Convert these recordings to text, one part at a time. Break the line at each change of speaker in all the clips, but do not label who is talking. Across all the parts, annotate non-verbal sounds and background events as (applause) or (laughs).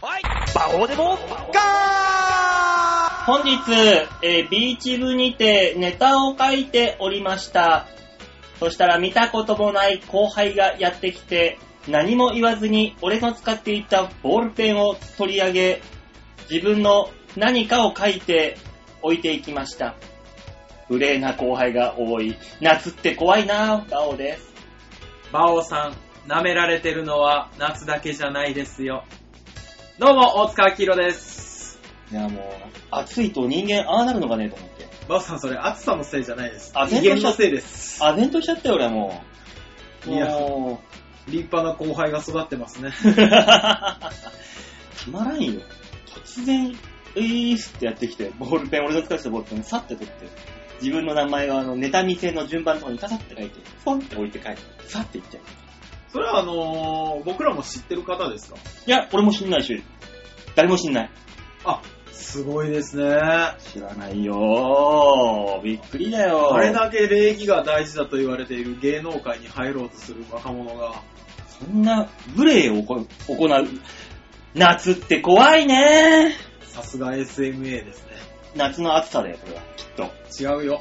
どうでもガ
本日、えービーチ部にてネタを書いておりました。そしたら見たこともない後輩がやってきて、何も言わずに俺の使っていたボールペンを取り上げ、自分の何かを書いて置いていきました。無礼な後輩が多い。夏って怖いなぁ、顔です。
バオさん、舐められてるのは夏だけじゃないですよ。どうも、大塚明宏です。
いやもう、暑いと人間ああなるのかねと思って。
バオさん、それ暑さのせいじゃないです。
あ
威厳のせいです。
あぜんとしちゃったよ、俺はもう。
いや
もう (laughs)
立派な後輩が育ってますね。
たまらんよ。突然、ういーすってやってきて、ボールペン、俺の使ってたボールペン、さって取って、自分の名前をあの、ネタ見せの順番のとこにカサって書いて、ポンって置いて帰って、さって行っちゃう。
それはあのー、僕らも知ってる方ですか
いや、俺も知んないし、誰も知んない。
あ、すごいですね。
知らないよー。びっくりだよ
あれ。だけ礼儀が大事だと言われている芸能界に入ろうとする若者が、
そんな、無礼を行う。夏って怖いね
さすが SMA ですね。
夏の暑さだよ、これは。きっと。
違うよ。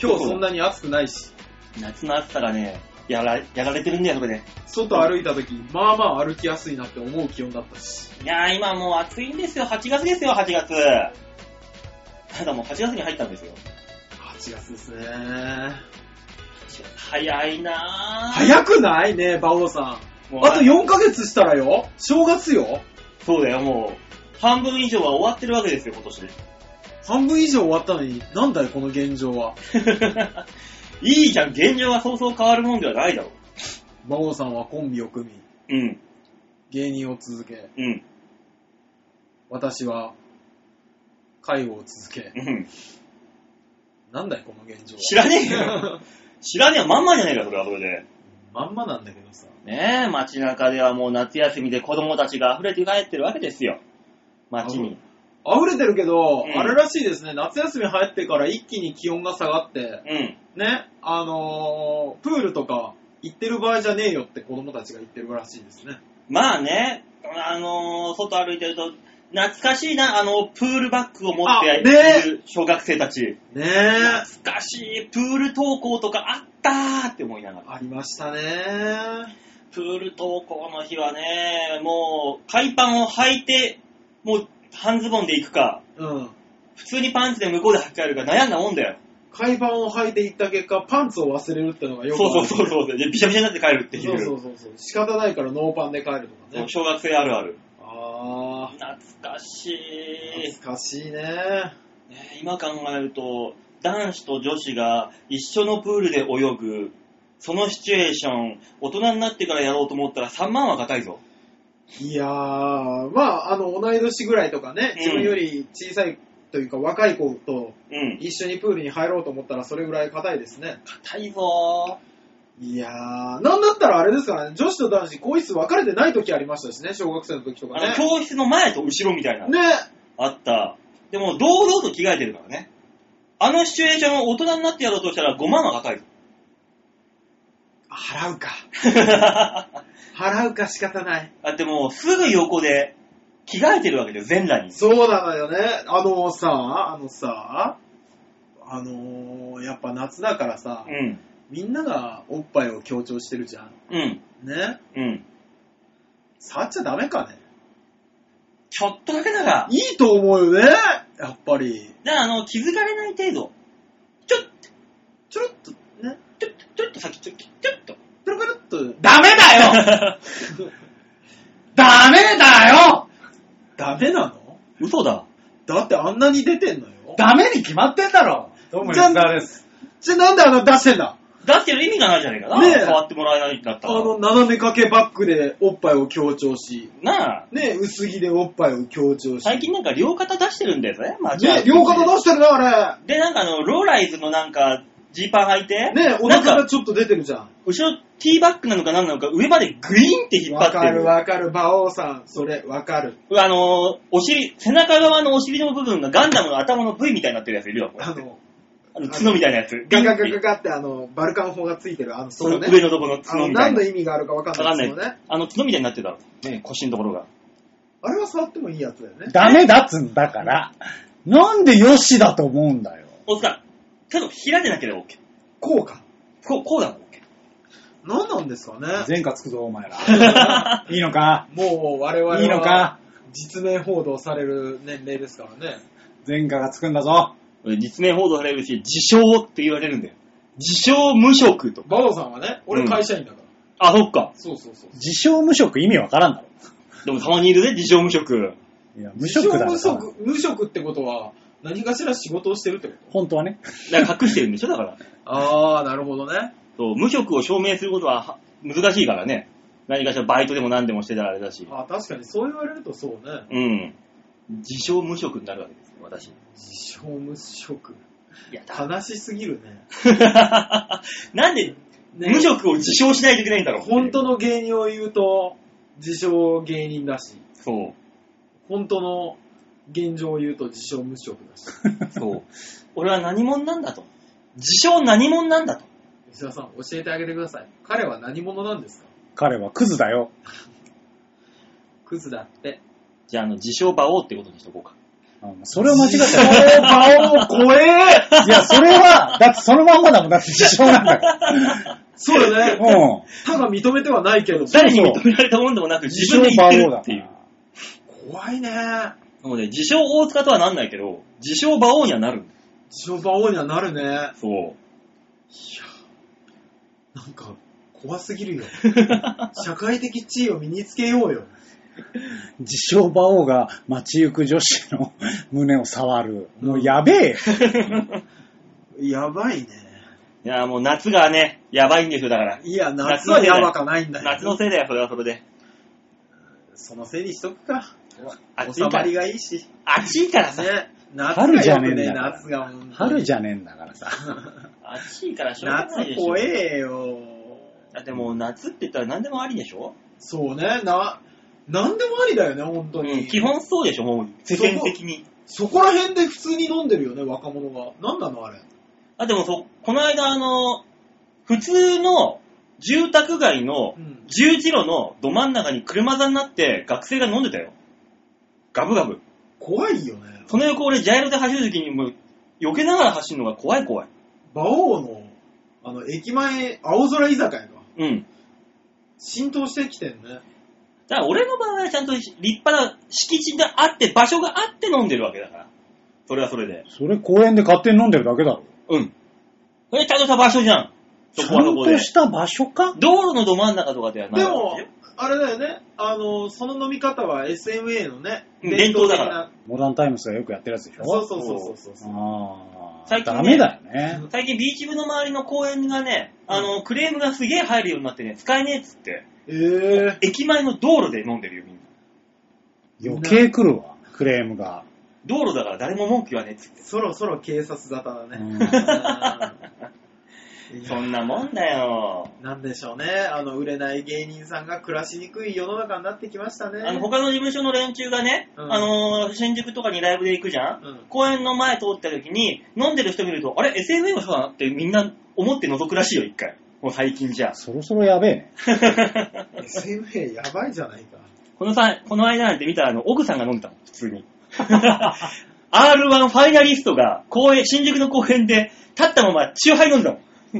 今日そんなに暑くないし、
夏の暑さがね、やら、やられてるんだよ、それで。
外歩いた時、まあまあ歩きやすいなって思う気温だったし。
いやー、今もう暑いんですよ。8月ですよ、8月。ただもう8月に入ったんですよ。
8月ですね。
早いなー。
早くないねえ、バオさ
も
ん。
う
あと4ヶ月したらよ、正月よ。
そうだよ、もう。半分以上は終わってるわけですよ、今年。
半分以上終わったのに、なんだよ、この現状は。
いいじゃん、現状はそうそう変わるもんではないだろ
バオさんはコンビを組み、
う。うん、
芸人を続け、
うん、
私は、介護を続け。
うん。
なんだよ、この現状
知らねえ (laughs) よ。
(laughs) は。
知らねえよ、まんまじゃねえか、それはそれで。
まんまなんだけどさ。
ねえ、街中ではもう夏休みで子供たちが溢れて帰ってるわけですよ。街に。
溢れてるけど、
うん
あれらしいですね、夏休み入ってから一気に気温が下がって、
うん。
ね、あのー、プールとか行ってる場合じゃねえよって子供たちが言ってるらしいですね。
まあね、あのー外歩いてると、懐かしいな、あの、プールバッグを持って
あ
い
ね
る小学生たち。
ねえ。
懐かしい、プール登校とかあったーって思いながら。
ありましたね。
プール登校の日はね、もう、海パンを履いて、もう、半ズボンで行くか、
うん。
普通にパンツで向こうで履き替えるか悩んだもんだよ。
海パンを履いていった結果、パンツを忘れるってのが
そ
よ
う
くある
そうそうそう。で、びしゃびしゃになって帰るっていう。
そうそうそうそう仕方ないからノーパンで帰るとかね。
小学生あるある。
あ
懐かし
ー、
い。
懐かしいね。
ね今考えると男子と女子が一緒のプールで泳ぐそのシチュエーション大人になってからやろうと思ったら3万は硬いぞ
いやー、まあ、あの、同い年ぐらいとかね
う、ん
自分より小さいというか若い子と
うん
一緒にプールに入ろうと思ったらそれぐらい硬いですね。
硬いぞ
いやー、なんだったらあれですからね、女子と男子、更衣室分かれてない時ありましたしね、小学生の時とか
あの
ね。
教室の前と後ろみたいな、
ね、
あったでも堂々と着替えてるからねあのシチュエーションを大人になってやろうとしたら5万は硬いぞ (laughs)
払うか。払うか仕方ない。
だってもうすぐ横で着替えてるわけだよ全裸に
そうなのよね。あのさ、あのさ、あのー、やっぱ夏だからさ、
うん
みんながおっぱいを強調してるじゃん。
うん
ね
うん
触っちゃダメかね。
ちょっとだけなら
いいと思うよね。やっぱり。
だからあの、気づかれない程度。ちょっ
ちょろっとね、
と、ちょっと、ちょっと先、ちょっと、ちょっ
(laughs)
と。
ペロペロっと。
ダメだよダメだよ
ダメなの
嘘だ。
だってあんなに出てんのよ。
ダメに決まってんだろ
どうも、
じゃあ
吉沢です。
じゃあなんであの出してんだ
出してる意味がないじゃねえかな。
ねえ
触ってもらえないんだった
あ
ら。
の、斜め掛けバッグでおっぱいを強調し、
なあ、
ね、薄着でおっぱいを強調し。
最近なんか両肩出してるんだよね、マ
ね、両肩出してるな、あ
で、なんかあの、ローライズのなんか、ジーパン履いて、
れ。ね、お
なん
腹
か
が、ちょっと出てるじゃん。
後ろティーバッグなのか何なのか、上までグイーンって引っ張
わ
って
かるわかる、馬王さん。それ、わかる。
あの、お尻、背中側のお尻の部分がガンダムの頭の部位みたいになってるやついる
(laughs)
わ、これ。
あの、
あの角みたいなやつ。
(laughs) ガガ
グ
ガ
イーン
ガ
って
ガって、あの、バルカン砲がついてる、あの、
そ
そ
の
う
上
ね。
のところの
あ
角
の、
みたい
何
な
の。意味があるかわかん
わ
な
か
い
んな
で
い
すよね。
あの、角みたいになってたろ。ね腰のところが。
あれは触ってもいいやつだよね。
ダメだっつんだから。なんでよしだと思うんだよ。
大塚、手のひらでなければ OK。
こうか。
こう、こうだもん OK。
何なんですかね。
前科つくぞ、お前 (laughs) ら。いいのか
もう我々はい
いのか
実名報道される年齢ですからね。
前科がつくんだぞ。
実名報道されるし、自称って言われるんだよ。自称無職とか。
馬王さんはね、俺会社員だから。
あ、そっか。
そうそうそう。
自称無職意味わからんだろ。
でもたまにいるね、自称無職。
いや、無職だろ
無。職、無職ってことは、何かしら仕事をしてるってこ
本当はね。
だから隠してるんでしょだから。
とああ、なるほどね。
そう、無職を証明することはは難しいからね。何かしらバイトでも何でもしてたらあれだし。
あー確かにそう言われるとそうね。
うん。自称無職になるわけですよ、私。い
自称無職。
や、だ
悲しすぎるね。
(laughs) なんで、
ね
無職を自称しないといけないんだろう。
本当の芸人を言うと、自称芸人だし、
そう。
本当の現状を言うと自称無職だし。 (laughs)
そう。俺は何者なんだと。自称何者なんだと。
吉田さん、教えてあげてください。彼は何者なんですか
彼はクズだよ。
クズだって。
じゃあ、あの、自称馬王ってことにしとこうか。
あそれを間違っちゃう。
怖え
いや、それは、だってそのまんまだもん。だって自称なんだか
そうだ
ら。
ね。
うん。
(laughs) ただ認めてはないけど。
誰に認められたものでもなく、自
自称
分で言
馬
っ
王
てる
だ
っていう。
怖いね。
なので、自称大塚とはなんないけど、自称馬王にはなるんだよ
自称馬王にはなるね。
そう。
なんか、怖すぎ (laughs) るよ。社会的地位を身につけようよ。
自称馬王が街行く女子の胸を触る。もうやべえ。
やばいね。
いや、もう夏がね、やばいんですよ、だから。
いや、夏はやばかないんだよ。
夏のせいだよ、それはそれで。
そのせいにしとくか。
暑
収
いか
まり
ら。
がいいし。
暑いからさ。
ね。夏が
春じゃ
よ
ねえ
く
ん
ね、
だから
夏が。本当に
春じゃねえんだからさ。
暑いからしょうがない
夏
でしょ。
怖えよ。
だってもう夏って言ったら何でもありでしょ
そうね、な、なんでもありだよね、本当に。
うん、基本そうでしょ、もう、世間的に。
そこら辺で普通に飲んでるよね、若者が。なんなのあれ。
あ、でもそ、この間、あの、普通の住宅街の
うん
十字路のど真ん中に車座になって学生が飲んでたよ。ガブガブ。
怖いよね。
その横俺、ジャイロで走る時にもう、避けながら走るのが怖い怖い。
馬王の、あの、駅前、青空居酒屋が
うん。
浸透してきてんね。
だから俺の場合はちゃんと立派な敷地があって、場所があって飲んでるわけだから。それはそれで。
それ公園で勝手に飲んでるだけだろ。
うん。それちゃんとした場所じゃん。
ち
そ
ゃ
こ
ん
はそことで。
した場所か
道路のど真ん中とかではない
で
わ
も
けよ。、
あれだよね、あの、その飲み方は SMA のね、
うん伝統だか
的
ら
な。
モダンタイムスがよくやってるやつでしょ
そうそうそうそうそう。
ああ、
最近ね
ダメだよね。
最近ビーチ部の周りの公園がね、あの、クレームがすげえ入るようになってね、使えねえっつって、
えー、
駅前の道路で飲んでるよ、みんな。
余計来るわ、クレームが。
道路だから誰も文句はねえっつって。
そろそろ警察沙汰だ
う
ね。
ん
(laughs) いや
そんなもんだよ。
なんでしょうね。あの、売れない芸人さんが暮らしにくい世の中になってきましたね。
あの、他の事務所の連中がね、
うん
あのー、新宿とかにライブで行くじゃん、
うん
公園の前通った時に、飲んでる人見ると、あれ ?SMA の人だなってみんな思って覗くらしいよ、一回。もう最近じゃ。 (laughs)
そろそろやべえね。
SMA やばいじゃないか。
このさ、この間なんて見たら、あの、奥さんが飲んでたの、普通に。R1 ファイナリストが、公園、新宿の公園で、立ったまま、チューハイ飲んだの。 (laughs)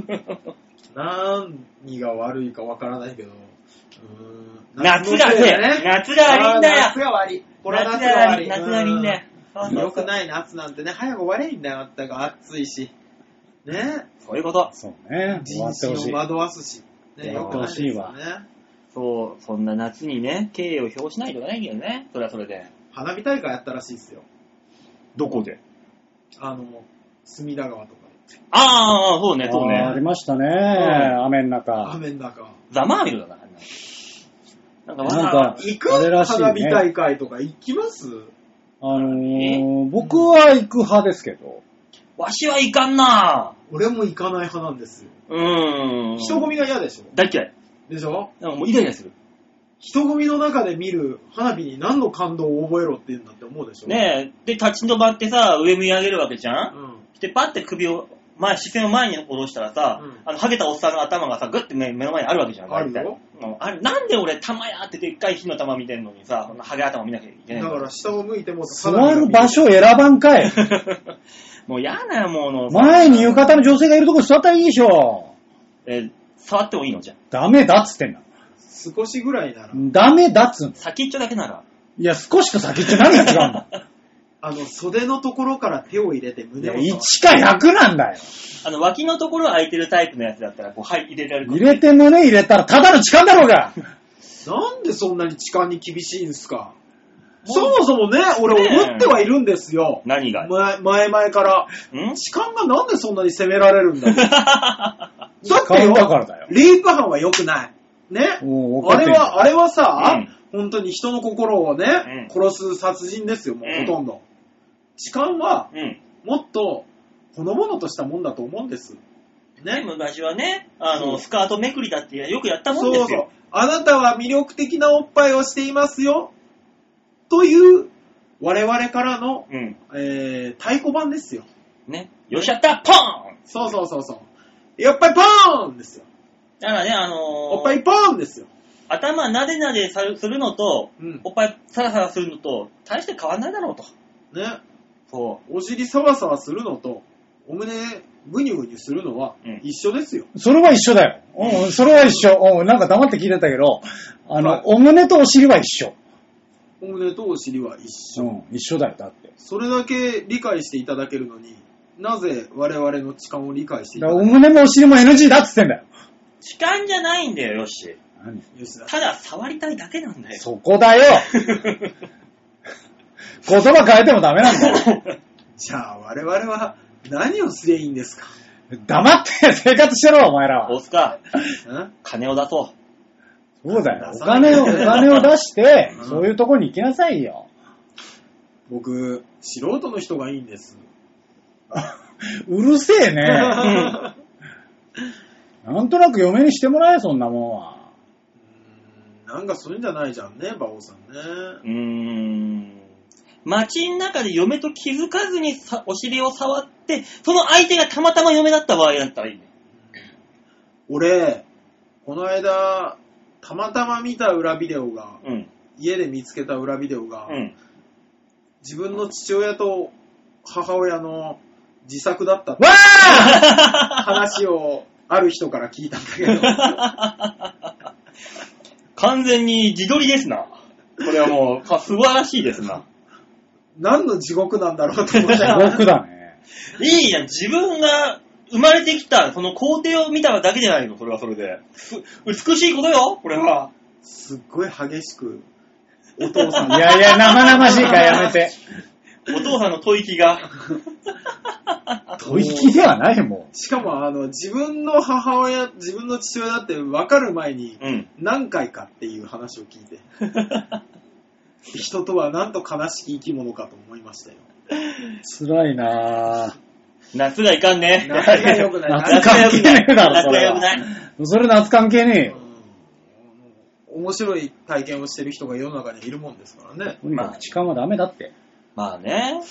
何が悪いかわからないけど。うーん
夏が
のせいだ
ね、夏が悪いんだよ
あー夏が悪い。これは
夏
夏
が
が
悪
悪
い、
い。
夏が悪いんだよ。そううんそう
良くない夏なんてね、早く終われいんだよ。あったが暑いし。ね。
そういうこと。
そうね。終
人
わって
心を。惑
ほしい
わすし。ね、
終
良
わ
っ
く
てほ
ないです
しい
よ
わ
ね。
そう、そんな夏にね、敬意を表しないといけないけどね。それはそれで。
花火大会やったらしいですよ。
どこで
あの、隅田川とか。
ああ、そうね、そう
あーあり
ね。
ましたね、
ん
雨の中。
雨の中。
ザマーミルだな。なんかわざ
なん
わ
か、
行く
あれらしい
花火
ね。
大会とか行きます
あの
え
ー、僕は行く派ですけど。
ざ、わしはいかんな
俺も行かない派なんですよ。
うーん。
人混みが嫌でしょ
大嫌い。
でしょ
なんかもうイライラする。
人混みの中で見る花火に何の感動を覚えろって言うんだって思うでしょ。
ねえ、で、立ち止まってさ、上見上げるわけじゃ
うん
んで、パッて首を前、視線を前に下ろしたらさ、
うん
あの、ハゲたおっさんの頭がさ、ぐって目目の前にあるわけじゃん、
あるよ
大体うんある。なんで俺、玉やってでっかい火の玉見てんのにさ、こんなハゲ頭見なきゃいけない
だ
の
から下を向いても、
座る場所を選ばんかい。
(laughs) もう嫌だよ、もうあの。
前に浴衣の女性がいるとこ座ったらいいでしょ。
えー触ってもいいのじゃん。
ダメだっつってんだ。
少しぐらいなら、
ダメだっつうんだ
先っちょだけなら。
いや、少しと先っちょ何が違うんだ。
あの、袖のところから手を入れて
い
胸
や、
を
1か100なんだよ。
あの、脇のところ空いてるタイプのやつだったら、こう、はい、入れられる。
入れて胸入れたらただの痴漢だろう
(laughs)
が。
なんでそんなに痴漢に厳しいんですか
もう
そもそもね、俺思ってはいるんですよ。
何が
前前々から。 (laughs)
ん
痴漢がなんでそんなに責められるんだだって
痴
よ
漢だからだよ
リープ犯は良くない。ね
おう
あ
分かって
れ
る
は、あれはさ、本当に人の心をね、
う
殺す殺人ですよ、もう
うん
ほとんど。痴漢は、
うん。
もっと、ほのぼのとしたもんだと思うんです。
ね、昔はね、あ
そ
の、
う
スカートめくりだってよくやったもんで
そう
す
そう
よ。。
あなたは魅力的なおっぱいをしていますよ。という、我々からの、
うん。
えー、太鼓判ですよ。
ね。よっしゃったポーン
そうそうそうそう。やっぱりポーンですよ。
だからね、あのー
おっぱいポーンですよ。
頭なでなでするするのと、
うん。
おっぱいサラサラするのと、大して変わんないだろうと。
ね。
そ
お尻サワサワするのと、お胸グニュグニュするのは
うん
一緒ですよ。
それは一緒だよ。うん、それは一緒。うん、なんか黙って聞いてたけど、あの、
はい
お胸とお尻は一緒。
お胸とお尻は一緒。
うん、一緒だよ、だって。
それだけ理解していただけるのに、なぜ我々の痴漢を理解してい
だ
た
から
だ
お
ける
胸もお尻も NG だっつってんだよ。
う。痴漢じゃないんだよ、よし。
何
吉田
ただ触りたいだけなんだよ。
そ
(laughs)
こだよ言葉変えてもダメなんだ
(laughs)
よ。
じゃあ我々は何をすりゃいいんですか
黙って生活してろ、お前ら
大
は。
塚、
ん
金を出そ
そうだよ。お
出さない
金を、お金を出して
う、ん
そういうとこに行きなさいよ。
僕、素人の人がいいんです。
うるせ
(laughs)
えね。
ん
なんとなく嫁にしてもらえ、そんなもんは。
うんなんかそういうんじゃないじゃんね、馬王さん
う。う
ね。
ーん。街の中で嫁と気づかずにさお尻を触って、その相手がたまたま嫁だった場合だったらいいね。
俺、この間、たまたま見た裏ビデオが、
うん。
家で見つけた裏ビデオが、
うん。
自分の父親と母親の自作だったって
わ
話をある人から聞いたんだけ
(laughs)
ど、
完全に自撮りですな。これはもう、か素晴らしいですな。
何の地獄なんだろうと思っ
あ
た
僕だね。
いいやん、自分が生まれてきた、その工程を見ただけじゃないの、それはそれで。す美しいことよ、これは。
すっごい激しく、お父さん
いやいや、生々しいからやめて。
お父さんの吐息が。 (laughs)
吐息ではないも
しかも、あの、自分の母親、自分の父親だって分かる前に、
うん。
何回かっていう話を聞いて、人とはなんと悲しき生き物かと思いましたよ。
ん。辛いなぁ。
夏がいかんね。
夏が良くない
夏関係ねえだろ、
夏
そ
が
れ
良くな。。
はいそれ夏関係ねえ
う
よ。
ん面白い体験をしてる人が世の中にはいるもんですからね。
とにかく痴漢はダメだって。
まあね。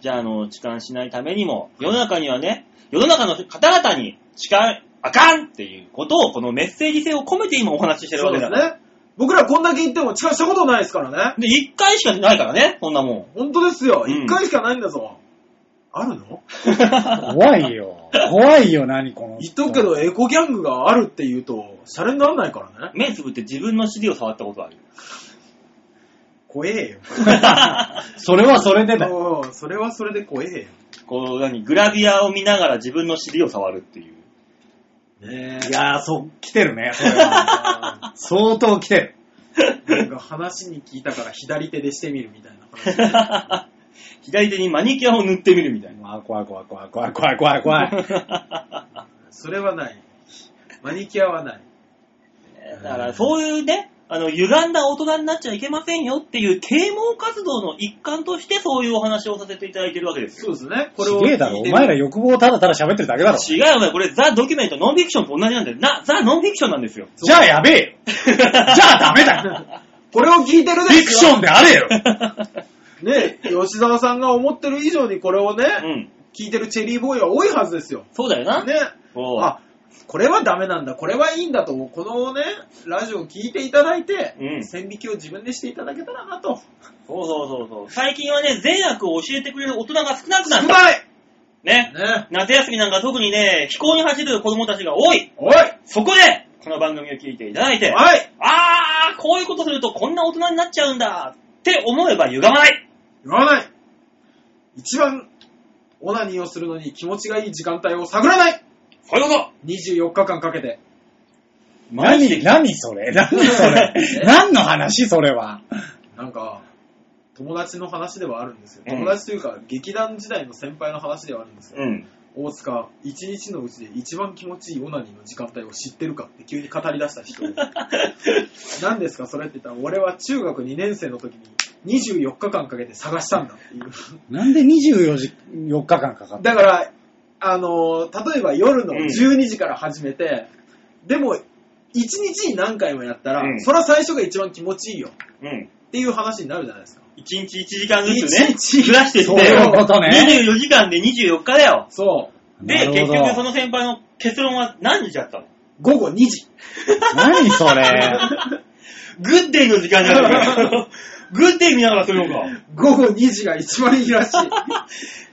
じゃあ、あの、痴漢しないためにも、世の中にはね、世の中の方々に痴漢あかんっていうことを、このメッセージ性を込めて今お話ししてる
そ
わ
う
け
で
だ
す
から。
ね。僕らこんだけ言っても近したことないですからね。
で、一回しかないからね、こんなもん。 (laughs)
本当ですよ。
うん
一回しかないんだぞ。あるの
怖いよ。怖いよ、何この
言っ
人。
とくけど、エコギャングがあるって言うと、シャレにならないからね。
目つぶって自分の尻を触ったことある。
怖えよ。
それはそれでだよ。
うん (laughs) それはそれで怖えよ。
こう、何、グラビアを見ながら自分の尻を触るっていう。 (laughs)
ね
いやー、そう、来てるね、それは。相当来てる。
(laughs) なんか話に聞いたから左手でしてみるみたいな話。
左手にマニキュアを塗ってみるみたいな。
まあ、怖い怖い怖い怖い怖い怖い怖い。
それはない。マニキュアはない。
だから、そういうね、あの、歪んだ大人になっちゃいけませんよっていう啓蒙活動の一環としてそういうお話をさせていただいてるわけです
そう
よ。
ですね。これ
す
を
げえだろ、お前ら欲望をただただ喋ってるだけだろ。
違うよ、お前。これ、ザ・ドキュメント、ノンフィクションと同じなんだよ。な、ザ・ノンフィクションなんですよ。
じゃあやべえよ。じゃあダメだよ。
これを聞いてる
フ
ですよ
ィクションであれよ。
ね、吉沢さんが思ってる以上にこれをね、
うん。
聞いてるチェリーボーイは多いはずですよ。
そうだよな。
ね。
おう
あ、これはダメなんだ、これはいいんだと、このね、ラジオを聞いていただいて、
うん
線引きを自分でしていただけたらなと。
そうそうそうそう。最近はね、善悪を教えてくれる大人が少なくな
う
っ
ま
た。
い
ね。
ね。
夏休みなんか特にね、飛行に走る子供たちが多い。
おい
そこで、この番組を聞いていただいて、あ
はい
あー、こういうことするとこんな大人になっちゃうんだって思えば歪まない。
言わない一番、オナニーをするのに気持ちがいい時間帯を探らない
そういうこ
!24 日間かけて。
何、何それ何そ (laughs) れ何の話それは。
なんか、友達の話ではあるんですよ。
うん
友達というか、劇団時代の先輩の話ではあるんです
と
よ。
(laughs)
うん。
大塚、一日のうちで一番気持ちいいオナニーの時間帯を知ってるかって急に語り出し
(laughs)
た人。何ですかそれって言ったら、俺は中学2年生の時に24日間かけて探したんだっていう。
なんで24時、4日間かかった
だから、あのー例えば夜の
うん
12時から始めて、でも、1日に何回もやったら、
うん
それは最初が一番気持ちいいよっ
うん。
ていう話になるじゃないですか。
一日1時間ずつね、
一日
ずらしてって、
そういうことね
24時間で24日だよ。
そう。
な
で、
る
結
ほど
局その先輩の結論は何時だったの
午後2時。
何それ
グッデイの時間じゃないか。グッデイ見ながらするのか。
午後2時が一番いいらしい。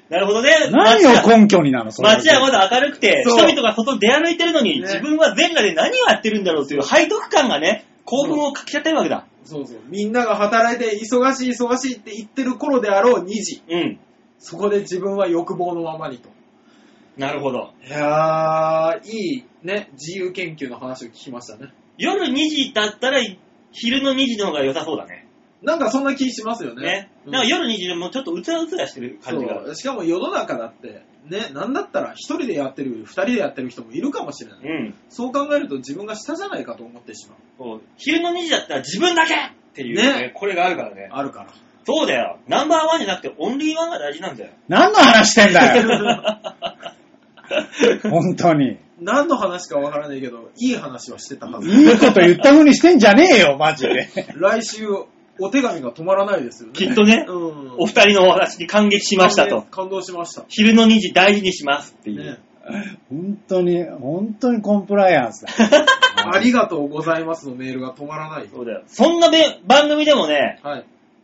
なるほどね。
(laughs) 何
街は
を根拠になのそれ。
街はまだ明るくて、
そう
人々が外出歩いてるのに、
ね
自分は全裸で何をやってるんだろうという背徳感がね、興奮をかき立てるわけだ。
(laughs) そうそう。みんなが働いて、忙しい忙しいって言ってる頃であろう2時。
うん。
そこで自分は欲望のままにと。
なるほど。
いやー、いいね、自由研究の話を聞きましたね。
夜2時だったら、昼の2時の方が良さそうだね。
なんかそんな気しますよね。
ね。
うん
なんか夜2時でもちょっとうつらうつらしてる感じがあ
そ
る。
うしかも世の中だって、ね、なんだったら一人でやってるより二人でやってる人もいるかもしれない。
うん。
そう考えると自分が下じゃないかと思ってしまう。
こう昼の2時だったら自分だけっていうね
ね
これがあるからね。
あるから。
そうだよ。ナンバーワンじゃなくてオンリーワンが大事なんだよ。
何の話してんだ (laughs) よ本当に。
何の話かわからないけど、いい話はしてたはず。
いいこと言った風にしてんじゃねえよ、マジで。
来週、お手紙が止まらないですよね。
(laughs) きっとね、
うん。
お二人のお話に感激しましたと。
感動しました。
昼の2時大事にしますっていう。
ね、
本当に、本当にコンプライアンスだ。
ありがとうございますのメールが止まらない。
そうだよ。そんなべ番組でもね、
はい。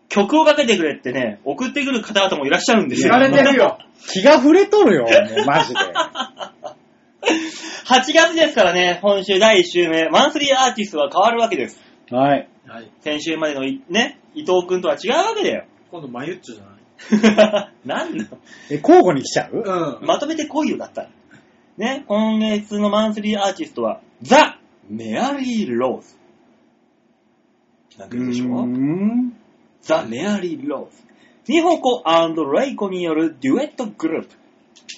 曲をかけてくれってね、送ってくる方々もいらっしゃるんです
知
よ。
られて
8 (laughs)
るよ。
気が触れとるよ、もうマジで。
月ですからね、今週第1週目、マンスリーアーティストが変わるわけです。
はい。
はい。
先週までのいね、伊藤君とは違うわけだよ。 (laughs)
今度、マユッチョじゃない。
なんの
え、交互に来ちゃう
うん。
まとめて来いよだったら。ね、今月のマンスリーアーティストは、ザ・メアリー・ローズ。なんかいいでし
うー
ょ
ん。
ザ・メアリー・ローズ。美穂子レイコによるデュエットグループ。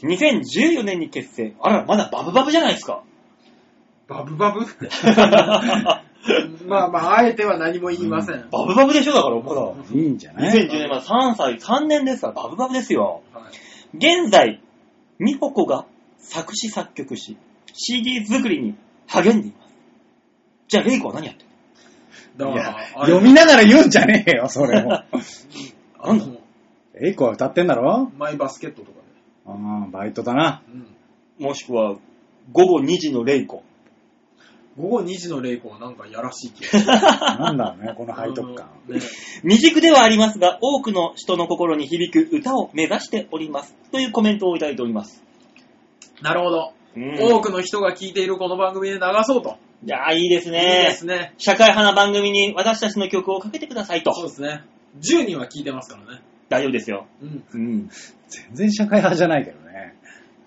2014年に結成。あら、まだバブバブじゃないですか。 (laughs)
バブバブって。
バ
(laughs) まあまあ、あえては何も言いません。
うん
ブバブでしょだから、まだ。
いいんじゃない
2010年は3歳、3年ですから、バブバブですよ。
はい
現在、美穂子が作詞作曲し、CD 作りに励んでいます。じゃあ、レイコは何やってる
だ
い
か
や
ら、あれ
読みながら言うんじゃねえよ、それ (laughs) も。
あの、
エイコは歌ってんだろ
マイバスケットとか
ああ、バイトだな。
で。うん。
もしくは、午後2時のレイコ。
午後2時のレイコはなんかやらしい気がする。
(laughs)
なんだろうね、この背徳感。
うん。ね
未熟ではありますが、多くの人の心に響く歌を目指しております。というコメントをいただいております。
なるほど。
うん
多くの人が聞いているこの番組で流そうと。
いやーいいです
いいで
ね
すね。
社会派な番組に私たちの曲をかけてくださいと。
そうですね。10人は聞いてますからね。
大丈夫ですよ。
うん。
うん。
全然社会派じゃないけどね。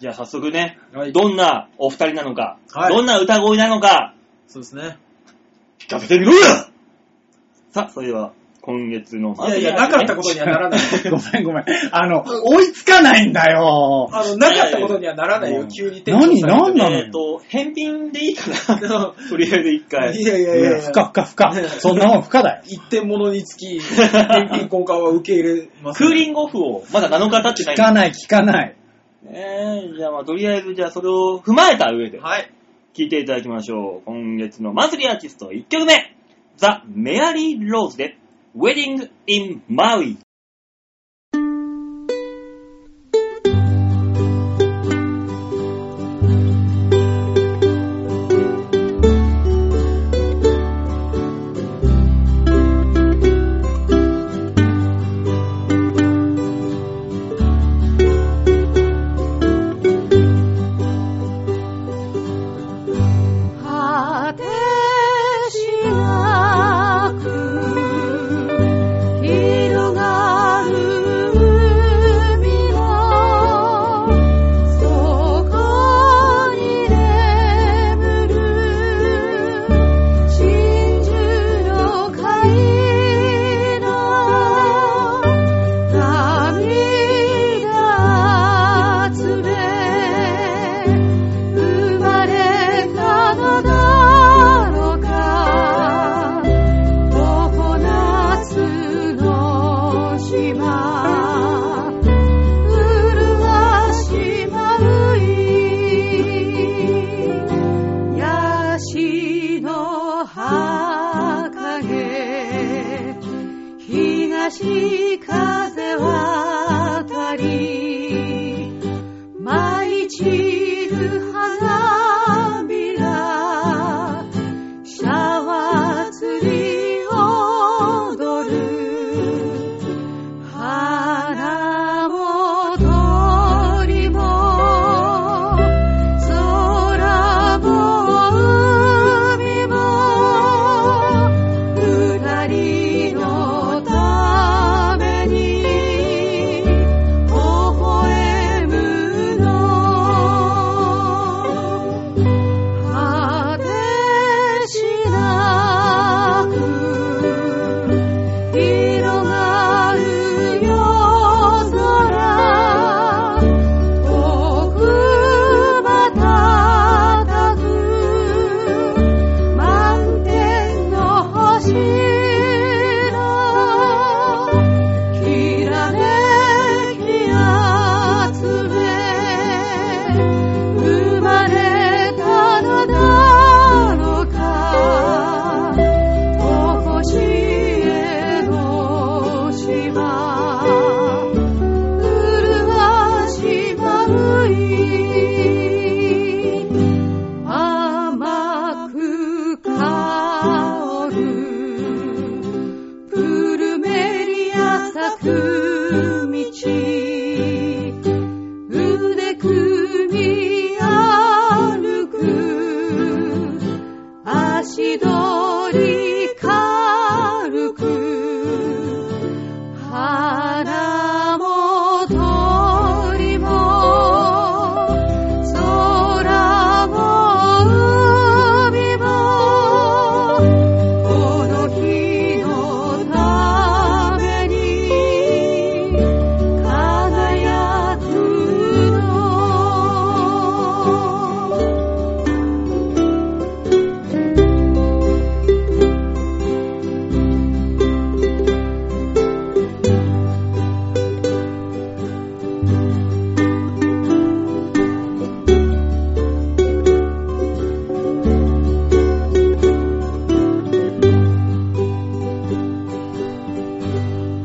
じゃあ早速ね、
はい。
どんなお二人なのか、
はい
どんな歌声なのか、
そうですね。
聞かせてみろよさあ、それでは、今月の
いやいや、なかったことにはならない。
(laughs) ごめんごめん。あの、追いつかないんだよ。
あの、なかったことにはならない
いやい
よ。
や
急にテンション下げて
何何なのよ
えっ、と、返品でいいかなとりあえず一
い
回。
やいやい
い
や
や、
い
ふか
や。
ふかふか。そんなもんふかだよ。
一点物につ (laughs) き、返品交換は受け入れます
クーリングオフを、まだ7日経ってない
聞かない、聞かない。
えー、じゃあまあとりあえずじゃあそれを踏まえた上で
はい。
聞いていただきましょう。今月のマンスリーアーティスト1曲目、ザ・メアリー・ローズで、ウェディング・イン・マウイ。
「優しい風渡り舞い散る花びらシャワー釣り踊る花も鳥も空も海も二人のために微笑むの果てしなく広がる夜空遠くまたく満天の星のきらめき集め生まれたのだろうかこしえの島うるわしまぶい甘く香るプルメリア咲く道腕組み歩く足取り軽く花も鳥も空も海もこの日のために輝くの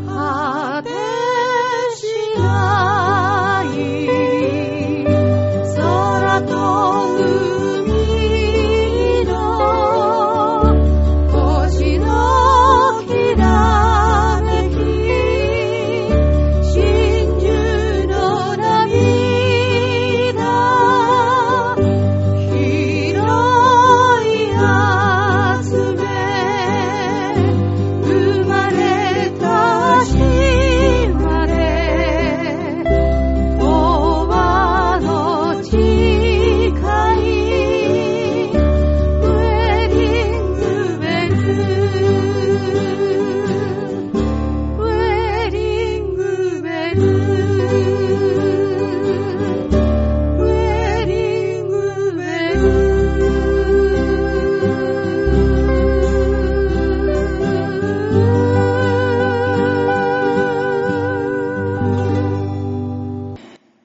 果てしない空と海の星のきらめき真珠の涙広い集め生まれたしまれおばの誓いウェディングベルウェディングベルウェディングベル Thank you.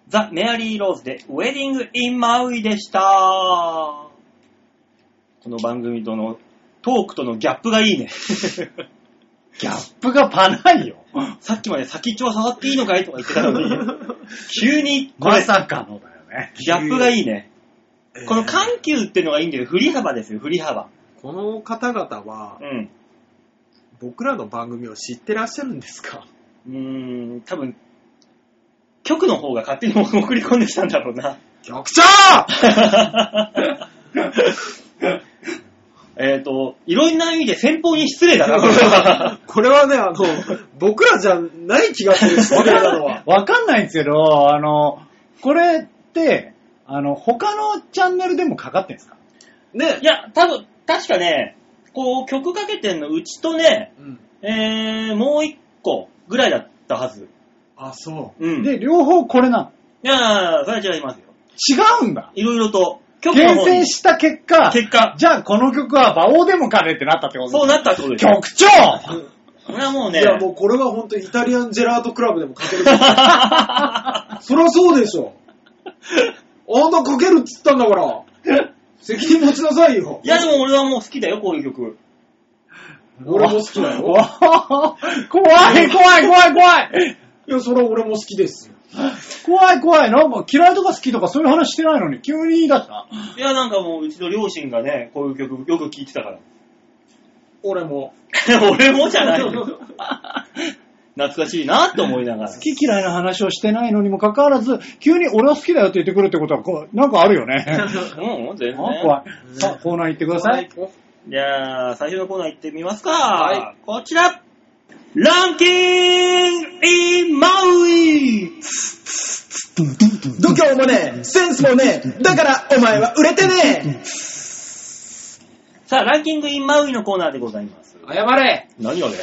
ザ・メアリー・ローズで、ウェディング・イン・マウイでした。この番組とのトークとのギャップがいいね。
ギャップがパないよ。
さっきまで先っちょは触っていいのかいとか言ってたのに、急に、こ
ま
れ、
さかのだよね。
ギャップがいいね。
えー
この緩急ってのがいいんだよ。振り幅ですよ、振り幅。
この方々は
う、ん。
僕らの番組を知ってらっしゃるんですか
うーん、多分、曲の方が勝手に送り込んできたんだろうな。
局 (laughs) 長
(laughs) えっと、いろんな意味で先方に失礼だな、これは。
これはね、あの、僕らじゃない気がす (laughs) る、それなのは。
わかんないんですけど、あの、これって、あの、他のチャンネルでもかかってんですか
ね
(laughs) い。や、多分、確かね、こう、曲かけてんのうちとね、
うん。
えー、もう一個ぐらいだったはず。
あ、そ
うん。い
で、両方これな
やー、それは違いますよ。
の。違うんだ。
いろいろと、曲の
厳
方に
選した結果、
結果
じゃあこの曲は馬王でもかねってなったってこと
そうなったってことですよ。
局長
それはもう
う。
ね (laughs)
い、や、もうこれは本当イタリアンジェラートクラブでもかける。 (laughs) そりゃそうでしょ。あんなかけるっつったんだから、責任持ちなさいよ。
いやでも俺はもう好きだよ、こういう曲。
俺も好きだ
(laughs)
よ。
怖い、怖い、怖い、怖い。
いや、それは俺も好きですよ。
怖い、怖い。なんか嫌いとか好きとかそういう話してないのに、急に言い出した。
いや、なんかもう、うちの両親がね、こういう曲よく聴いてたから。
俺も。
(laughs) 俺もじゃないよ。 (laughs) 懐かしいなって思いな
(laughs)
がら。
好き嫌いな話をしてないのにもかかわらず、急に俺は好きだよって言ってくるってことは、こうなんかある
(laughs)
よね。
うん、全然。
あ怖い。さあ、コーナー行ってください。
お
じゃあ、最初のコーナー行ってみますか。
は
こちらランキングインマウイ
度胸もねえ、センスもねえ、だからお前は売れてね
さあ、ランキングインマウイのコーナーでございます。
謝れ
何がね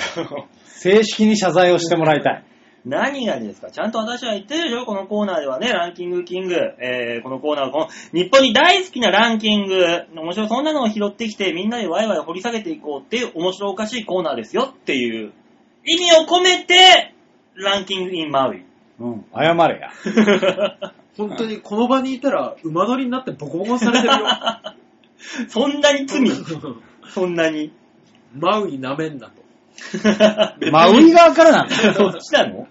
正式に謝罪をしてもらいたい。
何がですかちゃんと私は言ってるでしょこのコーナーではね、ランキングキング。えー、このコーナーはこの日本に大好きなランキング。面白いそんなのを拾ってきてみんなでワイワイ掘り下げていこうっていう面白おかしいコーナーですよっていう意味を込めて、ランキングインマウイ。
(laughs) うん、謝れや。
(laughs) 本当にこの場にいたら馬乗りになってボコボコにされてるよ。
そんなに罪
(laughs)
そんなに。
マウイ舐めんなと。
真ウイ側からなん
(laughs)
だ。
そっちなの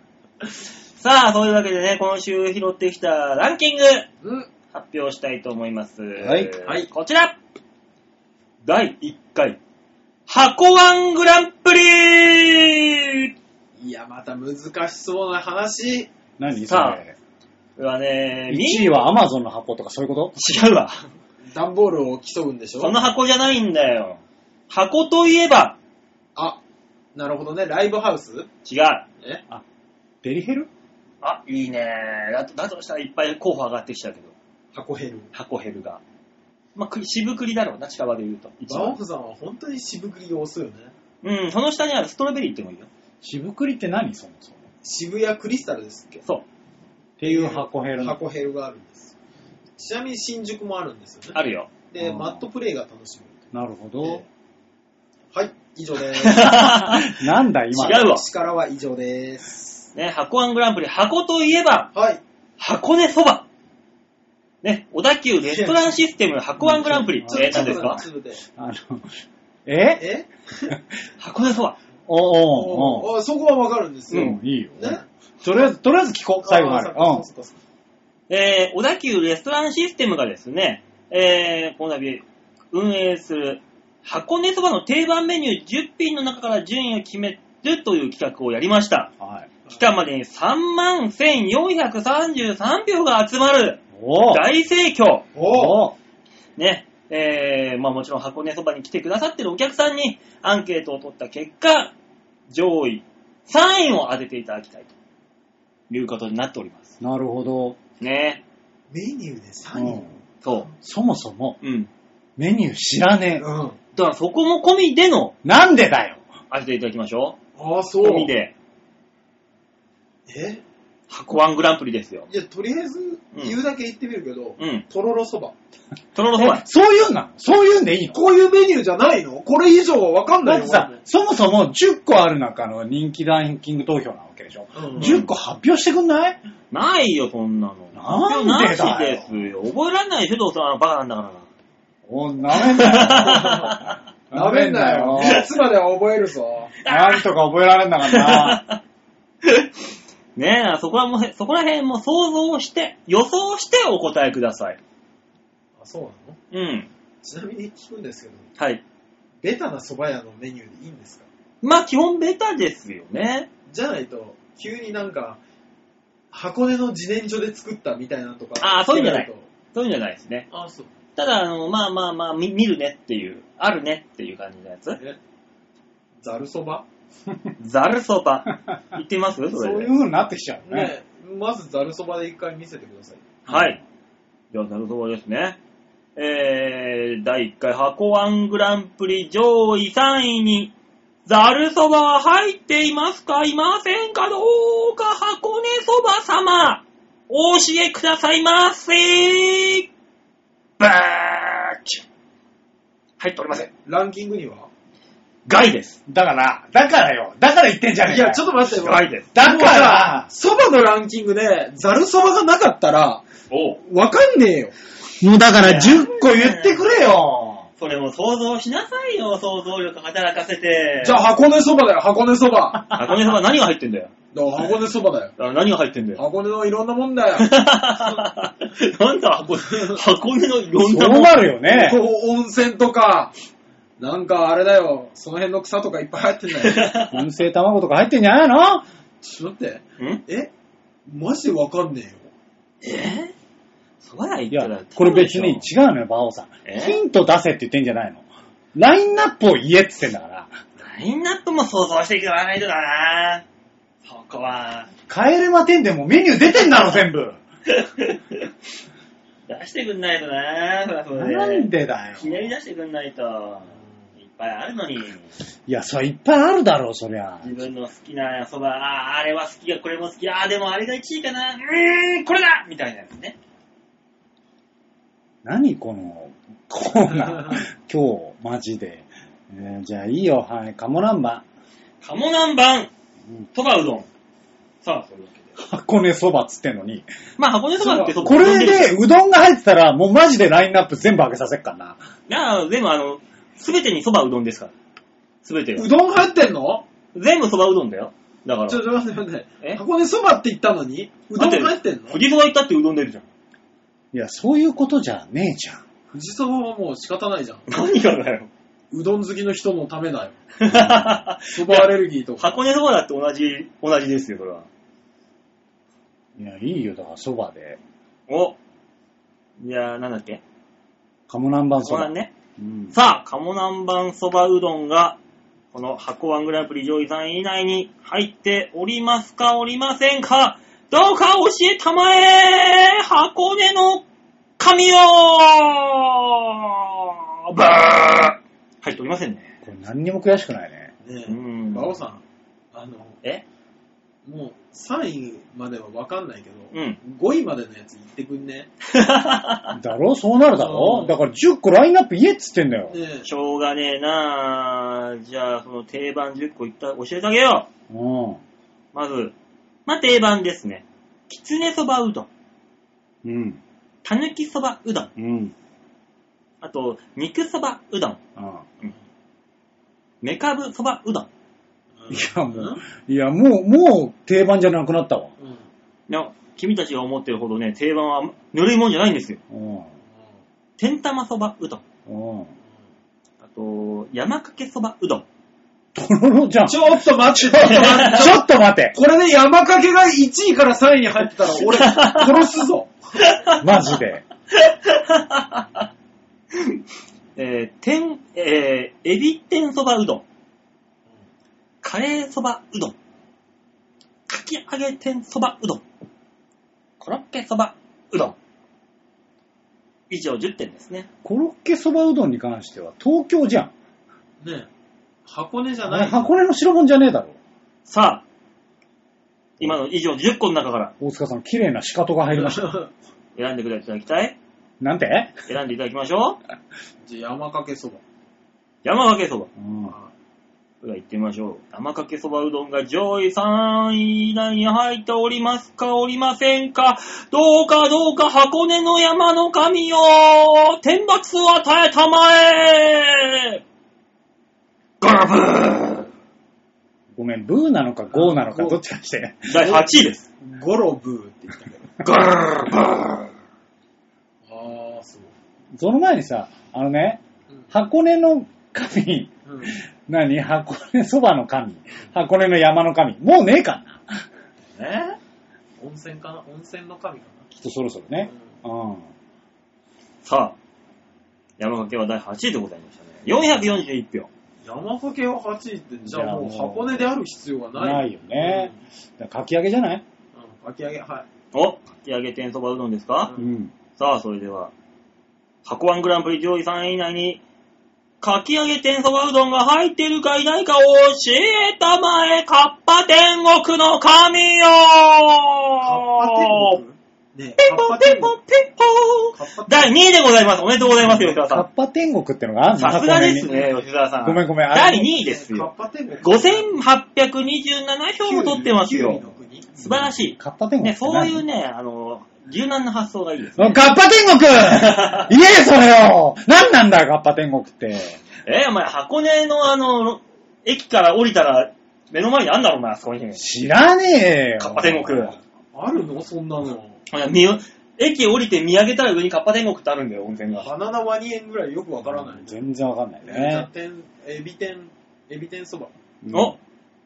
さあ、そういうわけでね、今週拾ってきたランキング、
うん。
発表したいと思います。
はい
はい
こちら第1回、箱ワングランプリ
いや、また難しそうな話。
何そ
さあ
れ。
はね、み
1位はアマゾンの箱とかそういうこと
違うわ。
段ボールを競うんでしょ
その箱じゃないんだよ。箱といえば、
あ、なるほどね。ライブハウス
違う。
え
デリヘル
あ、いいねだと。だとしたらいっぱい候補上がってきちゃうけど。
箱ヘル。
箱ヘルが。まあ、く渋栗だろうな、近場で言うと。一
バオ
番。
フさんは本当に渋栗が多そうよね。
うん、その下にあるストロベリーってもいいよ。
渋栗って何そもそも。
渋谷クリスタルですっけ
そう。
っていう箱ヘルの。
箱ヘルがあるんです。ちなみに新宿もあるんですよね。
ある (laughs) よ。
で、
うん
マットプレイが楽しめる。
なるほど。
はい、以
(laughs)
上です。
(laughs) なんだ今。
違うわ。
力は以上です。
ね、箱ワングランプリ、箱といえば、
はい。
箱根そば。ね、小田急レストランシステム箱ワングランプリ。
ちょ
えー、何ですか
粒で
あの、
え
え
箱根そば。
おおうおう
おーあそこはわかるんですよ。
うん、いいよ。
ね
とりあえず、とりあえず聞こう、最後まで。
あー
う
そっかそっかそっか
えー、小田急レストランシステムがですね、えー、この度運営する箱根そばの定番メニュー10品の中から順位を決めるという企画をやりました。
ん。はい。
期間までに3万1433票が集まる
おお
大盛況。
おー
おう
ね。えー、まあもちろん箱根そばに来てくださってるお客さんにアンケートを取った結果、上位3位を当てていただきたいということになっております。
なるほど。
ね。
メニューで
う
3位
ん。
そ
そもそも、
う。うん。
メニュー知らねえ。
うん。
だからそこも込みでの
なんでだよ
当てていただきましょ
ああ、
う。
そう。
込みで、
え
箱ワングランプリですよ。
いや、とりあえず、言うだけ言ってみるけど、
うん。
とろろそば。
とろろそ
え
ば。
そういうんなのそういうんでいいの
こういうメニューじゃないのこれ以上はわかんな
だ
い
っ
よ。
てさ、そもそも10個ある中の人気ランキング投票なわけでしょ。
俺うん
10個発表してくんない
ないよ、そんなの。
なんでだよ
発表なしですよ。覚えられないでしょ、どうせあのバカなんだからな。
おなめんなよ。
なめんなよ。いつまでは覚えるぞ。
なんとか覚えられんなかったな。
(laughs) ねえ、だからそこはもう、そこら辺も想像をして、予想してお答えください。
あ、そうな
う
の
ん。
ちなみに聞くんですけど、
はい。
ベタな蕎麦屋のメニューでいいんですか
まあ、基本ベタですよね。
じゃないと、急になんか、箱根の自然所で作ったみたいなのとか。
あーそういうんじゃない
と。
そういうんじゃないですね。
あ、そう。
ただ、あの、まあまあまあ、み見るねっていう、あるねっていう感じのや
(laughs)
つ。
えざるそば
ざるそば。言ってみます (laughs) それで。
そういう風になってきちゃうね。
ねまずざるそばで一回見せてください。
はい。じゃあ、ざるそばですね。えー、第1回箱ワングランプリ上位3位に、ざるそばは入っていますかいませんかどうか箱根そば様、お教えくださいませバーチ入っておりません。
ランキングには
害です。
だから、だからよ。だから言ってんじゃねえ
い
かよ
や、ちょっと待ってよ。
害です。
だ
もう
か
さ
ら、
そばのランキングで、ざるそばがなかったら、
おう
わかんねえよ。
もうだから10個言ってくれよ。
それも想像しなさいよ、想像力働かせて。
じゃあ箱根そばだよ、箱根そば。
あ、中根さんは何が入ってんだよ。
だから箱根そばだよ。
あ何が入ってんだよ。
箱根のいろんなもんだよ。
なんだ、箱根、箱根のいろんな
そう
もん
なるよね。
こう温泉とか、なんかあれだよ、その辺の草とかいっぱい入ってんだよ。 (laughs)
温泉卵とか入ってんじゃないの
ちょっと待って、
(laughs) ん
えマジでわかんねえよ。
そば屋行
い
ったら
や、これ別に違うのよ、バオさん。
え
ヒント出せって言ってんじゃないの。ラインナップを言えって言ってんだから。
ラインナップも想像していかないとだなそこは。 (laughs)
帰れま10でもメニュー出てんだろ、全部。
出してくんないとなそりゃそうで。
なんでだよ。
ひねり出してくんないと。いっぱいあるのに。
いや、それいっぱいあるだろう、そりゃ。
自分の好きなそば、あーあれは好きや、これも好き、ああ、でもあれが1位かな、うーん、これだみたいなやつね。
何このコーナー。今日、マジで。えーじゃあいいよ、はい。カモナンバ。
鴨南蛮
うん、
そばうどん。さあ、そういうわけで。
箱根そばっつってんのに。
まあ、箱根そばってそば
これ、で、うどんが入ってたら、もうマジでラインナップ全部上げさせっからな。
なあ、全部あの、すべてにそばうどんですから。すべてが
う。どん入ってんの
全部そばうどんだよ。だから。
ちょっと待って待って
え
箱根そばって言ったのに、うどん入ってんの
富士そば行ったってうどん出るじゃん。
いや、そういうことじゃねえじゃん。
富士そばはもう仕方ないじゃん。
何がだよ。
うどん好きの人のためだよ。そばアレルギーとか。
箱根そばだって同じ、同じですよ、それは。
いや、いいよ、だからそばで。
お。いやー、なんだっけ
カモナンバそ
そう
ば
だ。ね。
うん。
さあ、鴨南蛮そばうどんが、この箱ワングランプリ上位3位以内に入っておりますか、おりませんかどうか教えたまえ箱根の神よブー入っておりませんね。
これ何にも悔しくないね。
ね
う
え、
ん。
馬王さん、あの、
え
もう3位まではわかんないけど、
うん。
5位までのやつ言ってくんね。
だろそうなるだろ
うん
だから10個ラインナップ言えっつってんだよ
ね。え
しょうがねえなじゃあ、その定番10個いった、教えてあげよう
うん。
まず、まあ、定番ですね。きつねそばうどん、
うん。
たぬきそばうどん、
うん。
あと、肉そばうどん、
あ
メカブそばうどん
いや、もう、いや、もう、もう定番じゃなくなったわ。
うん。
の、君たちが思ってるほどね、定番はぬるいもんじゃないんですよ。
うん。
天玉そばうどん、
うん。
あと、山かけそばうどん。
とろろじゃん。
ち
ちょ
ょっと待って、ちょっと待って。
っと待って。
これで山かけが1位から3位に入ってたら (laughs) 俺殺すぞ。
マジで。
えー、天、えー、エビ天そばうどん。カレーそばうどん。かき揚げ天そばうどん。コロッケそばうどん。以上10点ですね。
コロッケそばうどんに関しては東京じゃん。
ねえ箱根じゃ
あ
な
れ
い。
箱根の白物じゃねえだろ。
さあ、今の以上10個の中から
大塚さん、綺麗な仕方が入りました。
選んでくれいただきたい
なんて
選んでいただきましょう。
じゃあ山かけそば。
山かけそば。
うん。
では行ってみましょう。玉かけそばうどんが上位3位以内に入っておりますか、おりませんかどうかどうか箱根の山の神よ天罰を与えたまえガラブ
ごめん、ブーなのかゴーなのかどっちかにして。
ー第8位です。
ゴロブーって言ったけど。
ガラブー
ああ、そう。
その前にさ、あのね、箱根の神、 (laughs)
うん
何箱根そばの神、箱根の山の神、もうねえかな。
え
温泉かな温泉の神か
きっとそろそろね。うん。
さあ、山かけは第8位でございましたね。441票。
な山かけは8位って、じゃあもう
じゃあもう
箱根である必要がない。
ないよね。だからかき揚げじゃない
うん。うんかき揚げ、はい。
お、かき揚げ天そばうどんですか、
うん。
さあ、それでは、箱ワングランプリ上位3位以内に、かき揚げ天そばうどんが入ってるかいないか教えたまえ、かっぱ天国の神よ
カッパ天国ねえ、
ピ
カ
ン
ッ
ポン
パ
ピ
天
ンポ
国
ン。ピンポン
カッパ天
第2位でございます。おめでとうございます、吉沢
カッ
さ
パ天国ってのがあ
ん。
んの
さすがです。ね、吉沢さん。
ごめんごめんあ
第2
れ
位です
国カッ
よ。
パ天国。
5827票も取ってます
キュウリの
よ。
国
素晴らしい。
カッパ天国
ね、
って
そう
何
いうね、あの、柔軟な発想がいいです
ガ
ね
ッ。パ天
(laughs)
国言えそれを何なんだよガッパ天国って。
えー、お前、箱根のあの、駅から降りたら、目の前にあんだろ、お前、あそこに。
知らねえよ。
カッパ天国。
あるのそんなの。
いや見よ駅降りて見上げたら上にカッパ天国ってあるんだよ、温泉が。
バナナワニ園ぐらいよくわからない。
全然わかんない
ね
ね。、
エビ天、エビ天そば。
お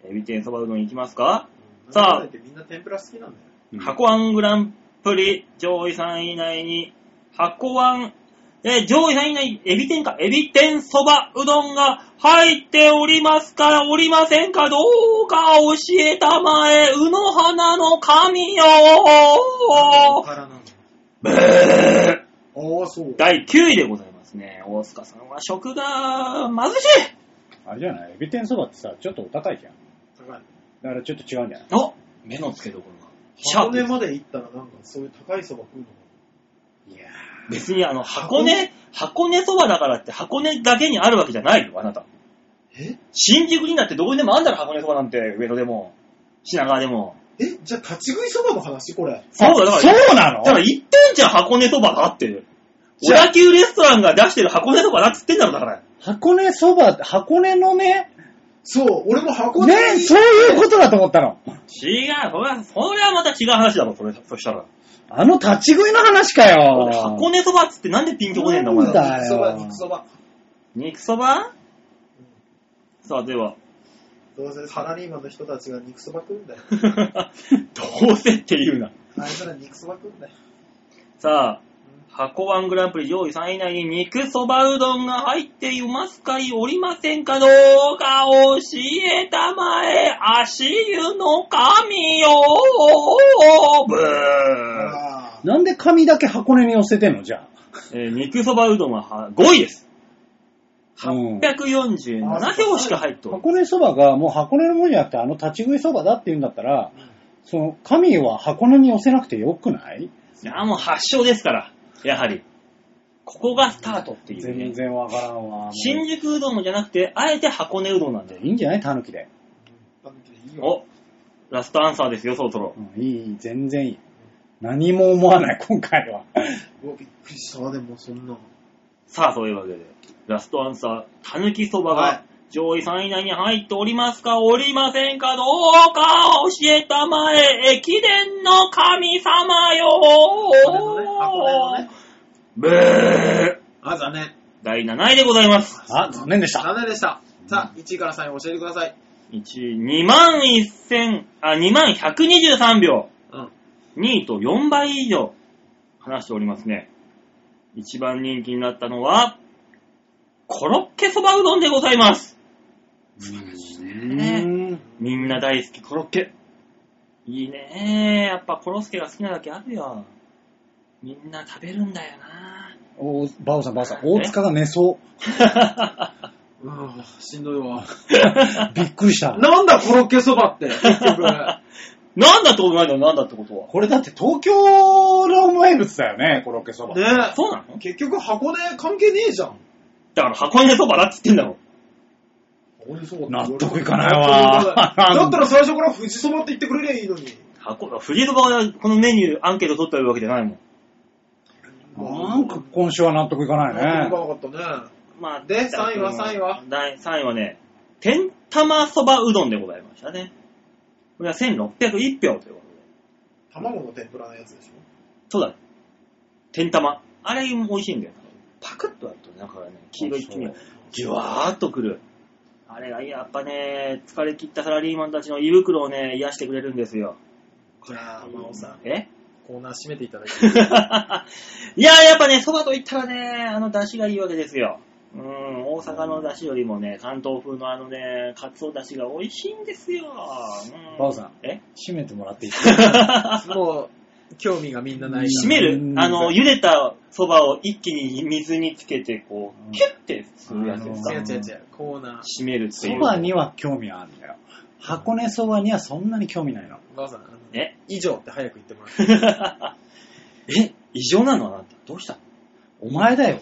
エビ天そばうどん行きますか、
なんだ
さあ
かんだ言ってみんな天ぷら好きなんだよ。
うん
箱案グランプリ上位3位以内に、箱案、えー上位3位以内にエビ天か、エビ天そばうどんが入っておりますか、おりませんか、どうか教えたまえ、うの花の神よ
おからなの。ああ、そう。
第9位でございますね。大塚さんは食が貧しい
あれじゃないエビ天そばってさ、ちょっとお高いじゃん。
高い。
だからちょっと違うんじゃない
お目の付けどころが。シャー
箱
プ
根
です
まで行ったらなんかそういう高いそば食うのか
別にあの、箱根、箱根そばだからって箱根だけにあるわけじゃないよ、あなた。
え
新宿になってどこにでもあんだろ、箱根そばなんて、上野でも、品川でも。
え、じゃあ立ち食いそばの話これ。
そうだ、だから、
そうな
だ
の
から言ってんじゃん、箱根そばだって。小
じゃあ
田急レストランが出してる箱根そばだっつってんだろ、だから。
箱根そば、箱根のね、
そう、俺も箱根
ね
に行って
そういうことだと思ったの。
違う、それは、それはまた違う話だろ、それ、そしたら。
あの立ち食いの話かよ。
箱根そばっつってなんでピンとこねえんだ、お前
なんだ
ら。
よ
肉そば、肉そば。
肉そばさあ、では。 (laughs)
どうせサラリーマンの人たちが肉そば食うんだよ。
どうせって言うな。
あいつら肉そば食うんだよ。
さあ、箱ワングランプリ上位3位以内に肉そばうどんが入っていますかいおりませんかどうか教えたまえ、足湯の神よブー、
あ
なんで紙だけ箱根に寄せてんのじゃ
えー肉そばうどんはは5位です。
あ。うん
147票しか入っておる。
箱根そばがもう箱根のものじゃなくてあの立ち食いそばだって言うんだったら、その神は箱根に寄せなくてよくない
いや、もう発祥ですから、やはり。ここがスタートっていう
全
ね。
然わからんわ。もう
新宿うどんもじゃなくて、あえて箱根うどんなんだよ。
いいんじゃない狸で。
あ。いいよ
お、ラストアンサーですよ、そろそろ。
うん、いいいい、全然いい。何も思わない、 (laughs) 今回は。
うわびっくりした、でもそんなの。
さあ、そういうわけで、ラストアンサー、たぬきそば
は
が
い
上位3位以内に入っておりますか、おりませんか、どうか教えたまえ、駅伝の神様よ
箱根のね箱根のね
ブー
あ、残念。
第7位でございます。
あ、残念でした。
残念でした。さあ、1位から3位教えてください。
1、2万1000、あ、2万123秒。
うん。
2位と4倍以上話しておりますね。一番人気になったのは、コロッケそばうどんでございます。
うん
みんな大好きコロッケ。いいねやっぱコロッケが好きなだけあるよ。みんな食べるんだよ
おバオさん、バオさん、大塚が寝 (laughs) そう。
な
うん、しんどいわ。
びっくりした。
なんだコロッケそばって、結局。
なんだってことないのなんだってことは。
これだって東京の名物だよね、コロッケそ
(laughs)
ば。
ね
そうなの
結局箱根関係ねえじゃん。
だから箱根そばだっつってんだろ。
納得いかないわ
(laughs) だったら最初から富士そばって言ってくれりゃいいのに。
箱根、藤井そばがこのメニューアンケート取ってるわけじゃないもん。
なんか今週は納得いかない
納得
ね。
いかなかったね。
まあ、
で、3位は3位は。
第3位はね、天玉そばうどんでございましたね。これは1601票ということで。
卵の天ぷらのやつでし
そうだね。天玉。あれも美味しいんだよ。パクッとあるとね、なんかね、黄色い黄身がじゅわーっとくる。あれがやっぱね、疲れ切ったサラリーマンたちの胃袋をね、癒してくれるんですよ。
ょ。じゃあ、真央さん、
え
コーナー閉めていただい
(laughs)
て。
いやーやっぱね、蕎麦と言ったらね、あの出汁がいいわけですよ。うん、大阪の出汁よりもね、関東風のあのね、カツオ出汁が美味しいんですよ。うん
バオさん
え
閉めてもらっていい
(laughs) もう、興味がみんなない
うん
締める
うん
あの、茹でた蕎麦を一気に水につけて、こ
うん
う、キュッてするやつです
あ
か
違
の
う違う違う、コーナー。
締めるって
そ
いう。
ばには興味はあるんだよ。箱根そばにはそんなに興味ないの。
真央さん、あの
え
以上って早く言ってもらって。
え異常なのあなた。どうした
お前だよ。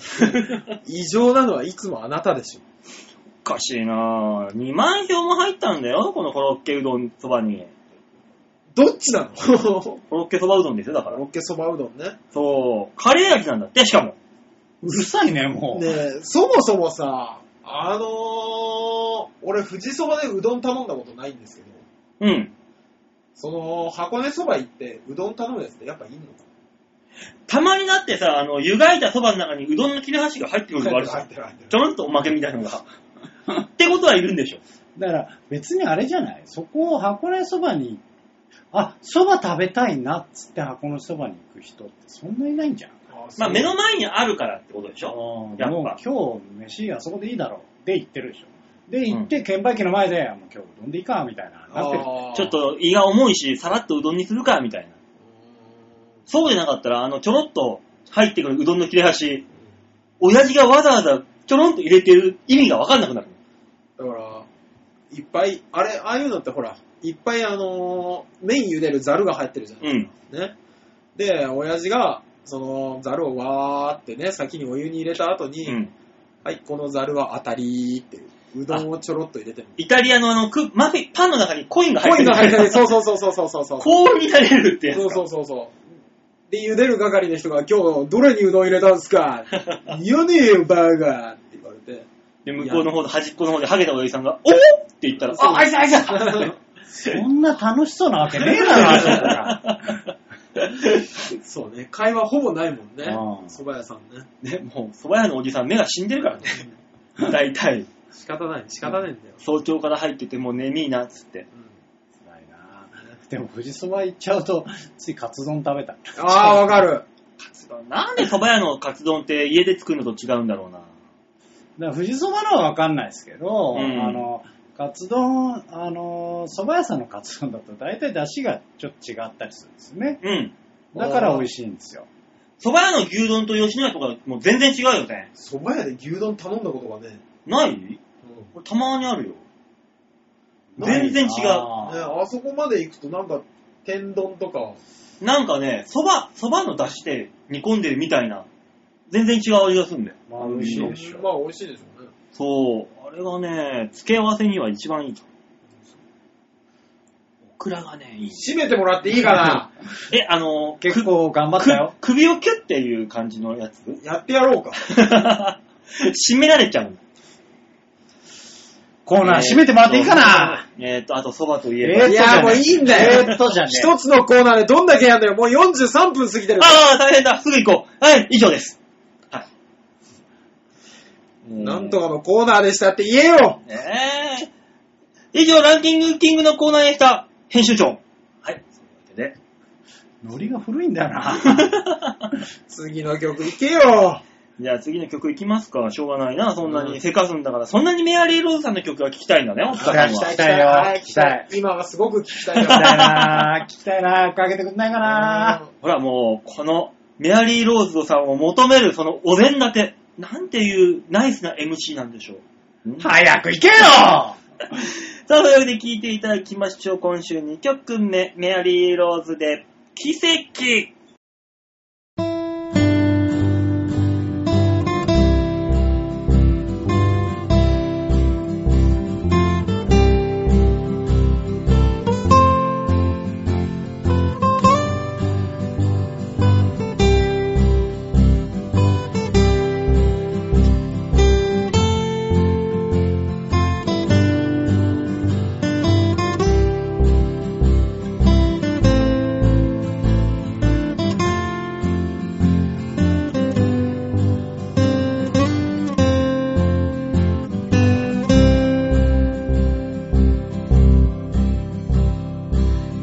異常なのはいつもあなたでしょ。
おかしいなぁ。2万票も入ったんだよ、このコロッケうどんそばに。
どっちなの
コロッケそばうどんですよ、だから
コ。ロッケそばうどんね。
そう。カレー味なんだって、しかも。
うるさいね、もう。
ねえ、そもそもさ、あのー、俺、富士そばでうどん頼んだことないんですけど、
うん。
その、箱根そば行って、うどん頼むやつってやっぱいんのか
たまになってさ、あの、湯がいたそばの中にうどんの切れ端が入ってくるのがあるじゃ
入っ
ん。
てる入ってる
ち。ょろんとおまけみたいなの
(laughs)
が。ってことはいるんでしょ。
だから別にあれじゃないそこを箱根そばに、あ、そば食べたいなっつって箱根そばに行く人ってそんないないんじゃん。
まあ、目の前にあるからってことでしょ。
もう
やっぱ
今日飯あそこでいいだろう。で行ってるでしょ。で行って券売機の前で、もう今日うどんでいいか、みたいな。なってる。
ちょっと胃が重いし、さらっとうどんにするか、みたいな。そうでなかったら、あの、ちょろっと入ってくるうどんの切れ端、親父がわざわざちょろんと入れてる意味がわかんなくなる。
だから、いっぱい、あれ、ああいうのってほら、いっぱいあのー麺茹でるザルが入ってるじゃ。
うんん。
ね。で、親父が、そのザルをわーってね、先にお湯に入れた後に、
うん。
はい、このザルは当たりーって、うどんをちょろっと入れてる。
イタリアのあの、クマフィ、パンの中にコインが入っ
コ
て
イン
る。
が入って
(laughs)
る。そうそうそうそうそうそうそう。
高温になれるってやつか。
そうそうそうそう。で、茹でる係の人が、今日、どれにうどん入れたんすか
(laughs)
言わねえよ、バーガーって言われて。
で、向こうの方で、端っこの方で、ハゲたおやじさんが、おおって言ったら、あ、あいつあいつ
(laughs)
だ
そんな楽しそうなわけねえだろ、あそ
(laughs)
こが。
そうね、会話ほぼないもんね
あ。あ
蕎麦屋さん
ね、
ね。
もう、蕎麦屋のおじさん、目が死んでる (laughs) からね。大体、
仕方ない、仕方ないんだよ。
早朝から入ってて、もう眠いな、っつって。
辛いなでも富士そば行っちゃうと、ついカツ丼食べたい。
ああ、わかる。
なんで蕎麦屋のカツ丼って家で作るのと違うんだろうな。
だから富士そばのはわかんないですけど、
うん
あの、カツ丼、あの、蕎麦屋さんのカツ丼だと大体出汁がちょっと違ったりするんですよね。
うん。
だから美味しいんですよ。
蕎麦屋の牛丼と吉野家とか、もう全然違うよね。
蕎麦屋で牛丼頼んだことがね、
ないこれたまにあるよ。全然違う。
ね
あ
あそこまで行くとなんか、天丼とか、
なんかね、蕎麦、蕎麦の出汁で煮込んでるみたいな、全然違う味がするんだよ。
ーまあ、美味しいでしょ。
まあ美味しいでしょうね。
そう。あれがね、付け合わせには一番いいと。オクラがね、いい。
締めてもらっていいかな
え、あの、
結構頑張っ
く
たよ。
首をキュッていう感じのやつ
(laughs)
(laughs)
やってやろうか。
締められちゃう。
コーナー閉めてもらっていいかな
えーっと、あと蕎麦といえば。
えーっと
い
じゃ
や
ね
ーもういいんだよ
えーっとじゃねえ。
一つのコーナーでどんだけやんだよ。もう43分過ぎてる。
ああ、大変だ。すぐ行こう。はい、以上です。はい。
なんとかのコーナーでしたって言えよ
ええ以上、ランキングキングのコーナーでした。編集長。はい。そういうわ
ノリが古いんだ
(laughs)
よな。
次の曲行けよ
けで。 (laughs) じゃあ次の曲いきますか。しょうがないな。そんなに、せかすんだから。そんなにメアリー・ローズさんの曲が聞きたいんだね、大塚さん
聞
は。
きたいよ
はい聞きた
聞
い。今はすごく聞きたい
聞きたい
よ。
な聞きたいなかけてくんないかな
ほら、もう、この、メアリー・ローズさんを求める、その、お膳立て。なんていう、ナイスな MC なんでしょう。
早く行
(laughs)
けよ
さあ、というわけで聴いていただきましょう。今週2曲目、メアリー・ローズで、奇跡。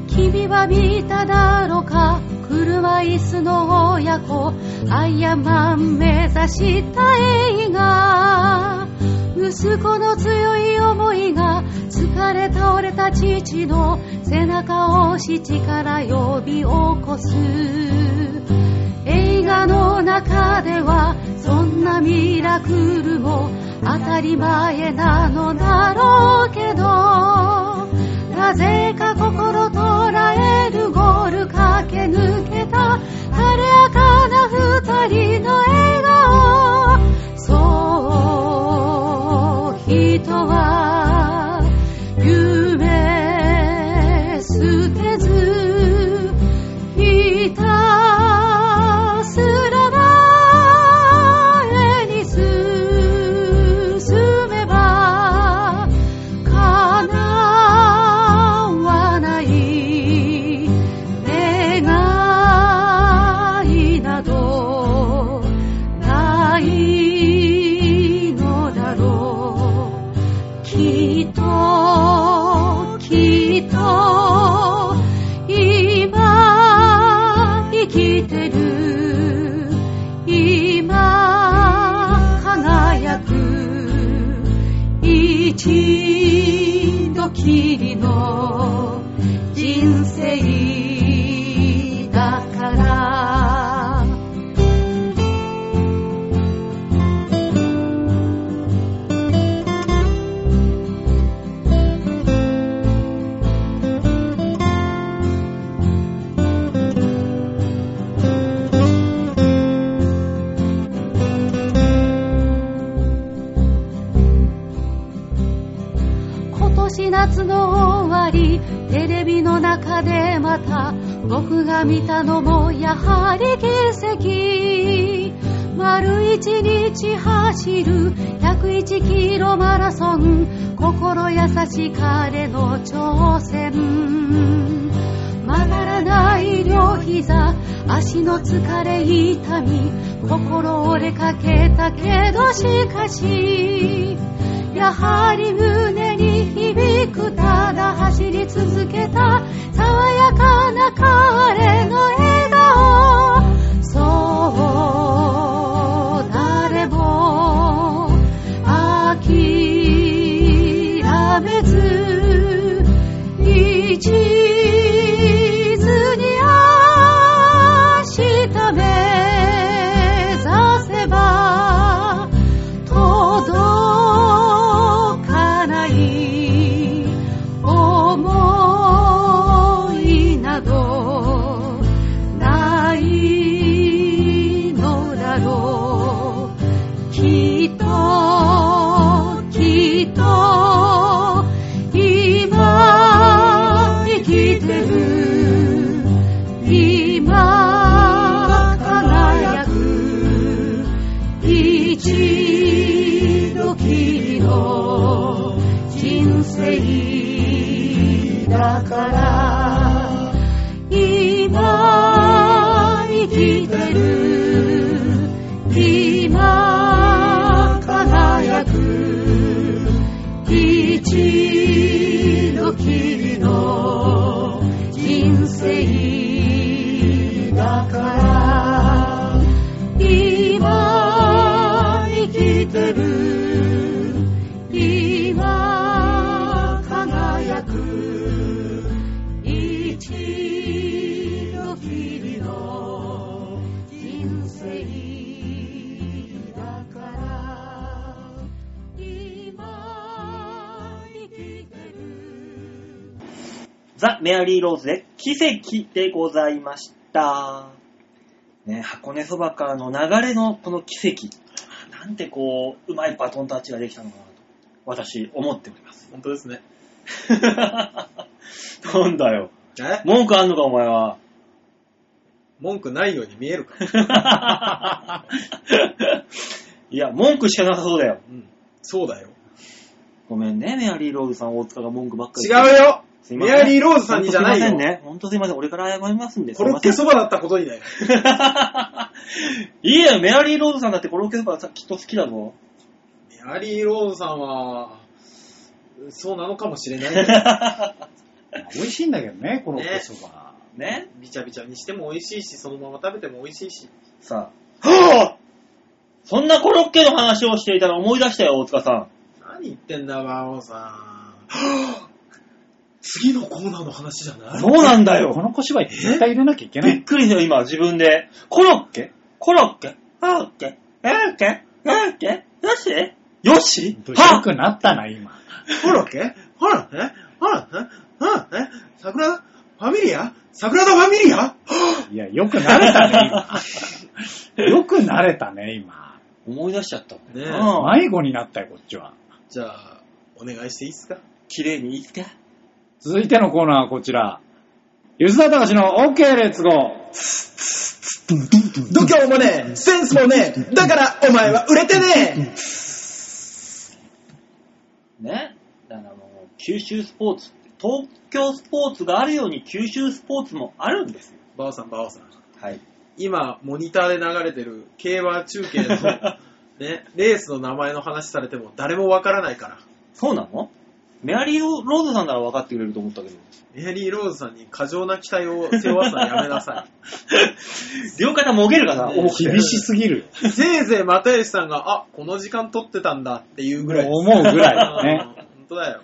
君は見ただろうか車椅子の親子アイアンマン目指した映画息子の強い思いが疲れ倒れた父の背中を父から呼び起こす映画の中ではそんなミラクルも当たり前なのだろうけどなぜか心捉えるゴール駆け抜けた晴れやかな二人の笑顔そう人は夢捨てず (laughs) きっときっと今生きてる今輝く一度きりの人生だから今年夏の終わりテレビの中でまた僕が見たのもやはり奇跡丸一日走る101キロマラソン心優しい彼の挑戦曲がらない両膝足の疲れ痛み心折れかけたけどしかしやはり胸に響くただ走り続けた爽やかな彼の笑顔そう誰も諦めず一途に明日目指せば届かない思いなどないのだろうきっときっと今生きてる今輝く一度きりの人生だから今生きてる今輝く一度きりの人生だから今生きてる今輝く一度きりの人生だから今生きてる
ザ・メアリー・ローズで奇跡でございました。ね、箱根そばからの流れのこの奇跡。なんてこう、うまいバトンタッチができたのかなと、私、思っております。 (laughs)
本当ですね。
なんだよ。
え
文句あんのか、お前は。
文句ないように見えるか。
(laughs) いや、文句しかなさそうだよ。
うん。そうだよ。
ごめんね、メアリー・ローズさん、大塚が文句ばっかり
違うよ
すいませ
メ
ん
アリー・ローズさんにじゃない
ほんとすいません
よ。
ね。ほんとすいません。俺から謝りますんで。
コロッケそばだったことにだよ。
すいません (laughs) いいよ、メアリー・ローズさんだってコロッケそばきっと好きだぞ。
メアリー・ローズさんは、そうなのかもしれないけど。 (laughs)
美味しいんだけどね、コロッケそば。
ね
びちゃびちゃにしても美味しいし、そのまま食べても美味しいし。
さあ。はぁそんなコロッケの話をしていたら思い出したよ、大塚さん。
(laughs) 何言ってんだ、馬王さん。 (gasps) 次のコーナーの話じゃない
そうなんだ
こ
よ。
の小芝居絶対入れなきゃいけな
びっ
い。
くりしたよ、今、自分で。コロッケコロッケコロッケコロッケコロッケよしよし
強
は
くなったな、今。
ほらっけほらねほらねほらね桜田ファミリア桜田ファミリア
いや、よくなれた
(laughs)
ね、今。よくなれたね、今。
思い出しちゃった。
ねえ
うん
迷子になったよ、こっちは。
じゃあ、お願いしていいっすか
綺麗にいつか
続いてのコーナーはこちら。吉沢隆の OK レッツゴー。
度胸もねえ、センスもねえ、だからお前は売れてね
ね。だからもう、九州スポーツって、東京スポーツがあるように九州スポーツもあるんですよ。
バオさん、バオさん。
はい。
今、モニターで流れてる
(laughs)
競馬中継の、ね、レースの名前の話されても誰もわからないから。
そうなのメアリーロードさんなら分かってくれると思ったけど。
メアリー・ローズさんに過剰な期待を背負わすのはやめなさ
(laughs)
両肩もげるかな重くて
厳しすぎるよ。
い。せいぜい又吉さんが、あ、この時間撮ってたんだっていうぐらいです。
思うぐらいだ
うん
ね。
本当だよ。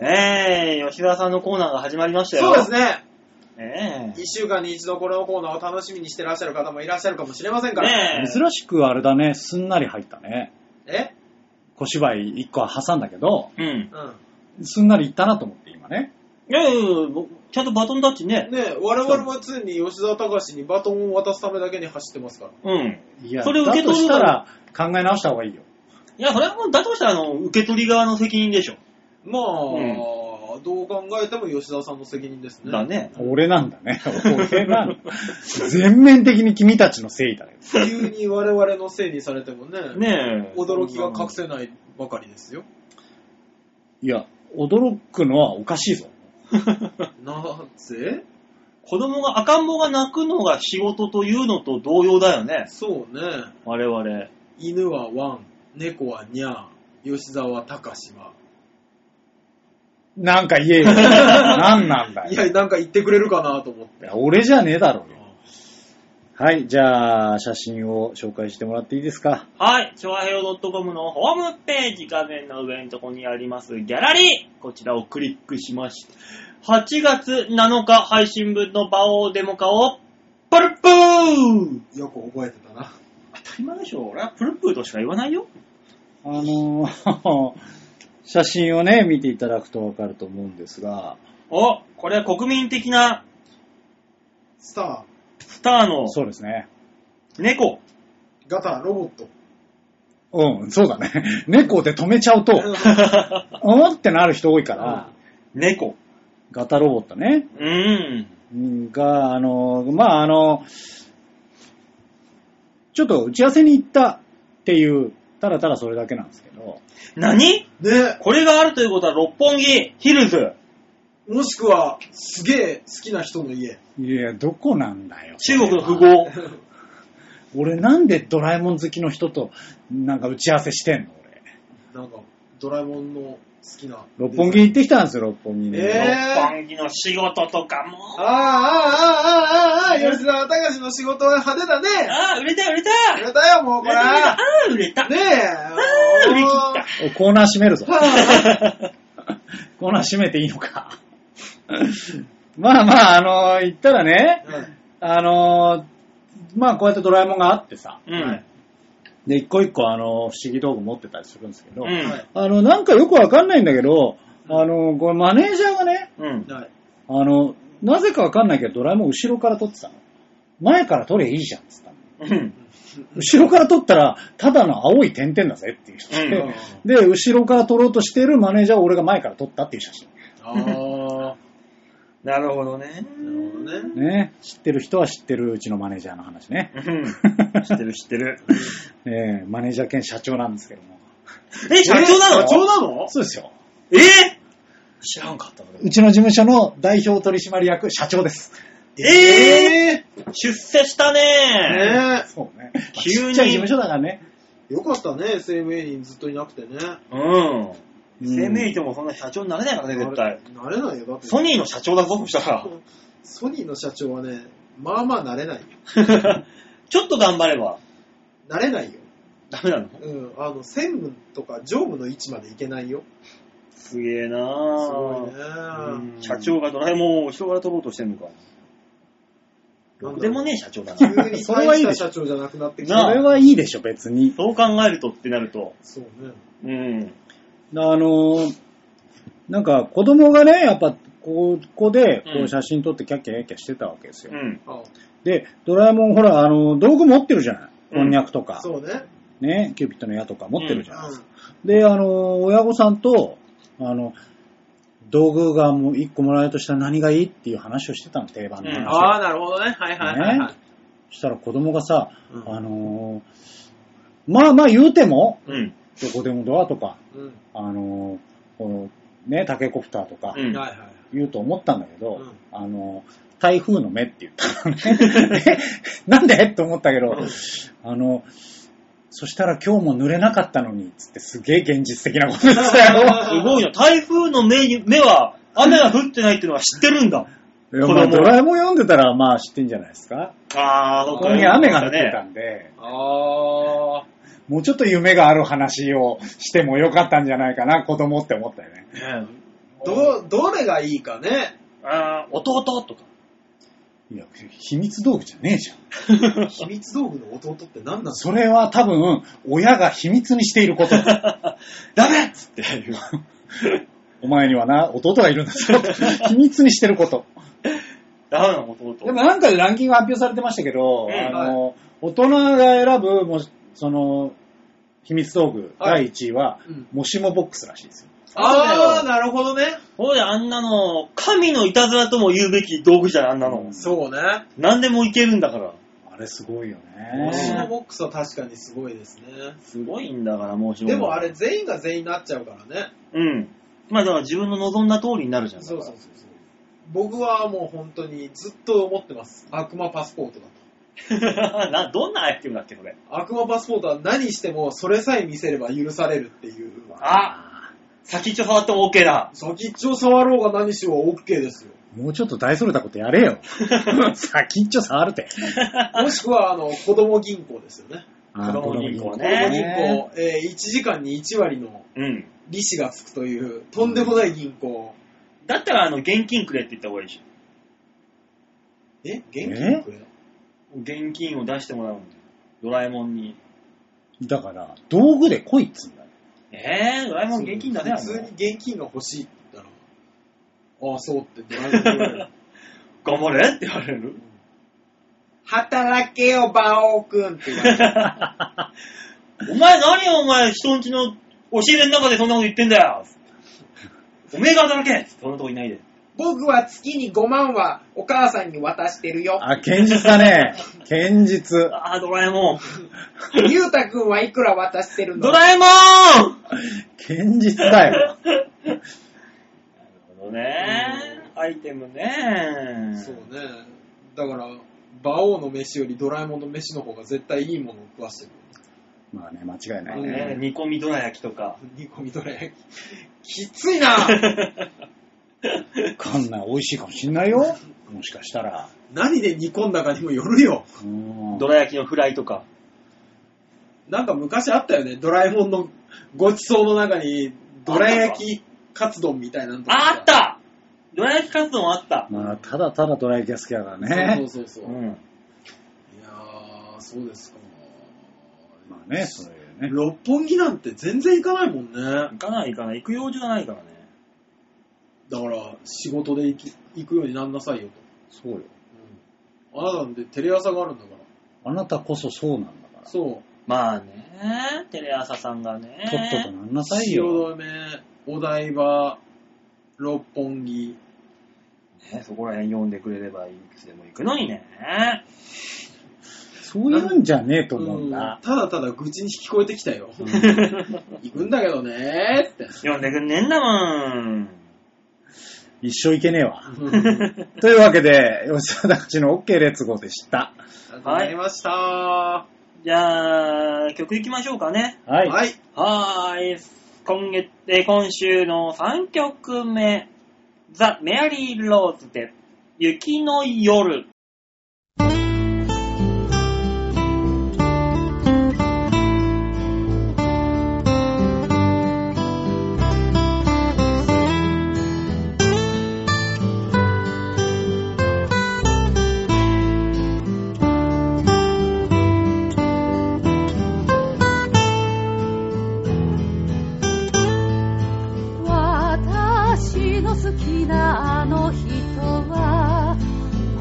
ねえ、吉田さんのコーナーが始まりましたよ。
そうです
ね。
ね。
ね
一週間に一度このコーナーを楽しみにしてらっしゃる方もいらっしゃるかもしれません
え。
から。
ねえ。
珍しくあれだね、すんなり入ったね。
え
小芝居一個は挟んだけど、
うん。
うん。
すんなりいったなと思って今ね。
いやいやいや僕ちゃんとバトンタッチね。
ね我々も常に吉沢隆にバトンを渡すためだけに走ってますから。
うん。
いや、
それを
だ
受け
と
取
し
る
た
の
ら考え直した方がいいよ。
いや、それはもう、だとしたら、あの、受け取り側の責任でしょ。
まあ、どう考えても吉沢さんの責任ですね。
だね。
俺なんだ
(laughs)
ね。俺なんだ。全面的に君たちのせいだね。
急に我々のせいにされてもね、
ねえ。
驚きが隠せないばかりです (laughs) よ。
いや、驚くのはおかしいぞ。
なぜ
子供が、赤ん坊が泣くのが仕事というのと同様だよね。
そうね。
我々。
犬はワン、猫はニャー、吉沢隆は。
なんか言え (laughs) よ。なんなんだ
い
よ。
や、なんか言ってくれるかなと思って。
いや俺じゃねえだろうよ。はい、じゃあ、写真を紹介してもらっていいですか。
はい。昭和平洋 .com のホームページ画面の上のとこにありますギャラリー。こちらをクリックしまして、8月7日配信分のバオーデモ化を、プルプー
よく覚えてたな。
当たり前でしょ。俺はプルプーとしか言わないよ。
あのー (laughs) 写真をね、見ていただくとわかると思うんですが、
お、これは国民的な
スタ
スターの
そうですね。
猫。
ー、ガタ、ロボット。
うん、そうだね。 (laughs) 猫で止めちゃ (laughs) うと、思ってなる人多いから、
猫。
ガタロボットね。
うん。
うんが、あのー、まあ、あの、ちょっと打ち合わせに行ったっていう、ただただそれだけなんですけど、
何
ね、
これがあるということは六本木ヒルズ
もしくは、すげえ好きな人の家。
いや、どこなんだよ。
中国の富豪
俺なんでドラえもん好きの人となんか打ち合わせしてんの俺。
なんか、ドラえもんの好きな。
六本木行ってきたんですよ、六本木に。
えー
六本木の仕事とかも
ああ、ああ、ああ、ああ、吉沢隆の仕事は派手だね。
ああ、売れた売れた
あれだよ、もう
売
これ
れ。たああ、売れた
ねえ。あ
あ売れ切った
おコーナー閉めるぞ。
はあ
(laughs) コーナー閉めていいのか。まあまあ、あのー、行ったらね、あのー、まあこうやってドラえもんがあってさ、
うん。
で、一個一個あのー、不思議道具持ってたりするんですけ
う
ど、
ん
はい
あの、なんかよくわかんないんだけど、あのー、これマネージャーがね、
うん。
はい。
あの、なぜかわかんないけどドラえもん後ろから撮ってたの。前から撮りゃいいじゃんって言ったの。
うん。
後ろから撮ったら、ただの青い点々だぜっていう人で、で、後ろから撮ろうとしているマネージャーを俺が前から撮ったっていう写真。
ああ、なる
(laughs) なるほどね。
ほどね。
ね。知ってる人は知ってるうちのマネージャーの話ね。 (laughs)
うん (laughs) 知ってる知ってる。
えーマネージャー兼社長なんですけども。
え、社長なの
え社長
なの
そうですよ。
え知らんかったな
うちの事務所の代表取締役社長です。
ええ出世したね
ね
そうね。
急に
ちっちゃい事務所だからね。
え。よかったね、SMA にずっといなくてね。
うん。
うん
生命ともそんな社長になれないからね、絶対。
なれないよ、だって。
ソニーの社長だぞ、そしたら。
ソニーの社長はね、まあまあなれないよ。
(laughs) ちょっと頑張れば、
なれないよ。
ダメなの
うん、あの、専務とか常務の位置までいけないよ。
すげえな
すごいね
ぁ。。
ん
社長がドラえもんを人から取ろうとしてんのか。ろくでもねえ社長だ
急に
な。
大
それはいい
し
で
た
し
社長じゃなくなってき
な
それ
た。
はいいでしょ、別に。
(laughs) そう考えるとってなると。
そうね。
うん。
あのーなんか子供がね、やっぱここでこ
うん
う写真撮ってキャッキャキャッキャしてたわけですよ。
うん。
あ
で、ドラえもんほら、あの、道具持ってるじゃない。
うん
こんにゃくとか、
そうね。
ね、キューピットの矢とか持ってるじゃない。
うん
で、あの、親御さんと、あの、道具がもう一個もらえるとしたら何がいいっていう話をしてたの、定番の
うん
あ
話。
あ、なるほどね。はいはいはい、は
ね
い。
そしたら子供がさ、
うん
あのーまあまあ言うても、
うん。
どこでもドアとか、
うん。
あのーこのね、タケコプターとか
う、ん。
はいはい。
言うと思ったんだけど、
うん
あの、台風の (laughs) 目って言ったのね。えなんでと思ったけど、あの、そしたら今日も濡れなかったのに、つってすげえ現実的なこと
(laughs)
でしたよ。
すごいな。台風の目に目は、雨が降ってないっていうのは知ってるんだ。
いやまあドラえもん読んでたら、まあ知ってんじゃないですか。
ああ、
この日雨が降ってた。んで、
あー。
もうちょっと夢がある話をしてもよかったんじゃないかな、子供って思ったよね。
ど、どれがいいかね。
ああ、弟とか。
いや、秘密道具じゃねえじゃん。
秘密道具の弟って何なんです
それは多分、親が秘密にしてい
(laughs)
ること。ダメっつって言う。お前にはな、弟がいるんだぞ。秘密にしてること。
ダメなの弟。
でもなんかでランキング発表されてましたけど、
うん
あの、大人が選ぶ、もうその、秘密道具、
はい
第1位は、
うん
もしもボックスらしいですよ。
あー、なるほどね。
そうだよ、あんなの、神のいたずらとも言うべき道具じゃん、あんなの。
そうね。
何でもいけるんだから。
あれすごいよ
もしも
ね。
ボックスは確かにすごいですね。
すごいんだから、もうしも
でもあれ全員が全員になっちゃうからね。
うん。まあだから自分の望んだ通りになるじゃん。
そうそうそう
だか
そう。僕はもう本当にずっと思ってます。悪魔パスポートだと。
ら (laughs) な、どんなアイテムだっけ、これ。
悪魔パスポートは何してもそれさえ見せれば許されるっていう。
あ先っちょ触っても OK だ。
先っちょ触ろうが何しようが OK (laughs) ですよ。
もうちょっと大それたことやれ
(laughs)
よ。先っちょ触るて。
もしくは、あの、子供銀行ですよね。
あー
子供銀行
子供
ね。
銀行、えー1時間に1割の
うん。
利子がつくという、とんでもない銀行。
だったら、あの、現金くれって言った方がいいでし
え現金くれ
ょ。現金を出してもらうんだよ。ドラえもんに。
だから、道具で来いっつうんだよ。
えぇ、ドラえもん現金だね、あ
普通に
の
現金が欲しいって言ったら、ああ、そうってドラえもん言われる
頑張れって言われる。
(laughs) 働けよ、馬王くんって言われ
(laughs)
る。
お前何よ、お前、人んちの押し入れの中でそんなこと言ってんだよ。おめえが働けそんなとこいないで。
僕は月に5万はお母さんに渡してるよ。
あ、堅実だね。堅実。
あー、ドラえ (laughs) もん。
ゆうたくんはいくら渡してる
ドラ (laughs) えもーん
堅実だよ。
なるほどね。アイテムね。
そうね。だから、馬王の飯よりドラえもんの飯の方が絶対いいものを食わしてる。
まあね、間違いないね。
ね。煮込みどら焼きとか。 (laughs)
煮込みどら焼 (laughs) き。きついな
こんな美味しいかもしんないよ。もしかしたら。
何で煮込んだかにもよるよ。
うん
どら焼きのフライとか。
なんか昔あったよね、ドラえもんのごちそうの中に、どら焼きカツ丼みたいなのとか
ああったどら焼きカツ丼あった。
まあ、ただただドラ焼きが好きだから
そ
ね
う。そうそうそうう。い
ん。
やー、そうですか。
まあね、そういうね。
六本木なんて全然行かないもんね。だ
行かない行かない。行く用事がないからね。
から、仕事で行き行くようになんなさいよと。
そうよ。
うんあなたなんてテレ朝があるんだから。
あなたこそそうなんだから。
そう。
まあね。テレ朝さんがね。
とっととなんなさい
汐
よ。
留、お台場、六本木。
ねそこら辺読んでくれればいくつでも行くのにね。
そういうんじゃねえと思うんだ。
ただただ愚痴に聞こえてきたよ。 (laughs) 行くんだけどねー
(laughs)
って。
読んでくんねえんだもん。
一生いけねえわ。というわけで、吉田隆の OK レッツゴーでした。
ありがとうございました。は。
じゃあ、曲行きましょうかね。
はいい。
はーい。今月、えー今週の3曲目。ザ・メアリー・ローズで、雪の夜。
私の好きなあの人は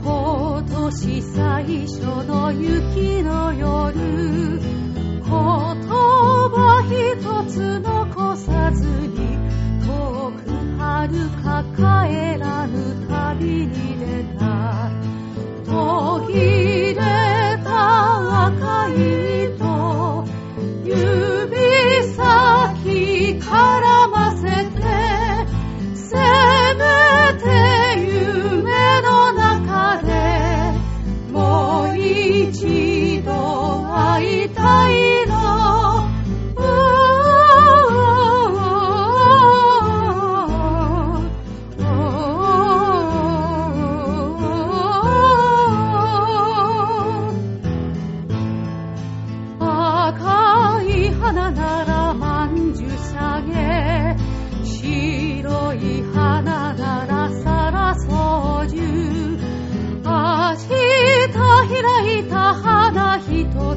今年最初の雪の夜言葉一つ残さずに遠く遥か帰らぬ旅に出た途切れた赤い糸指先絡ませてせめて夢の中でもう一度会いたいな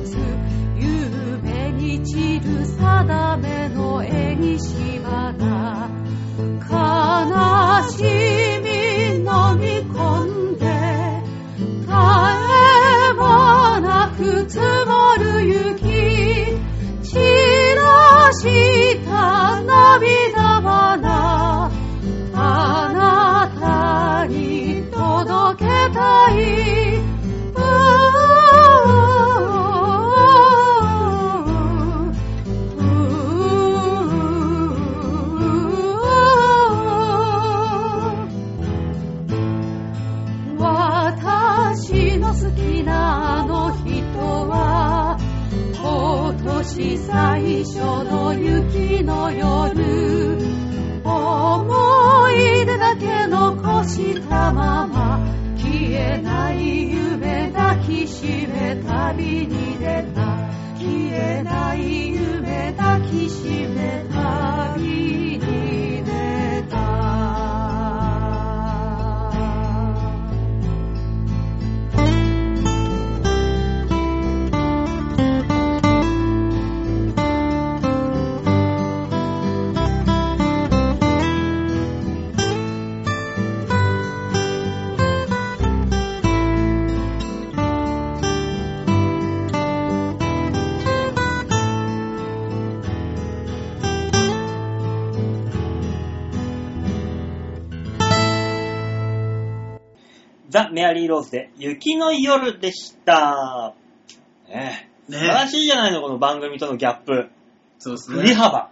つ夕べに散る定めの縁起花悲しみ飲み込んで絶えもなく積もる雪散らした涙はなあなたに届けたい「私の好きなあの人は今年最初の雪の夜」思い出だけ残したまま消えない夢抱きしめ旅に出た消えない夢抱きしめ旅に出た
ザ・メアリー・ローズで、雪の夜でした。
ね
素晴らしいじゃないの、この番組とのギャップ。
そうです
振り
ね。
幅。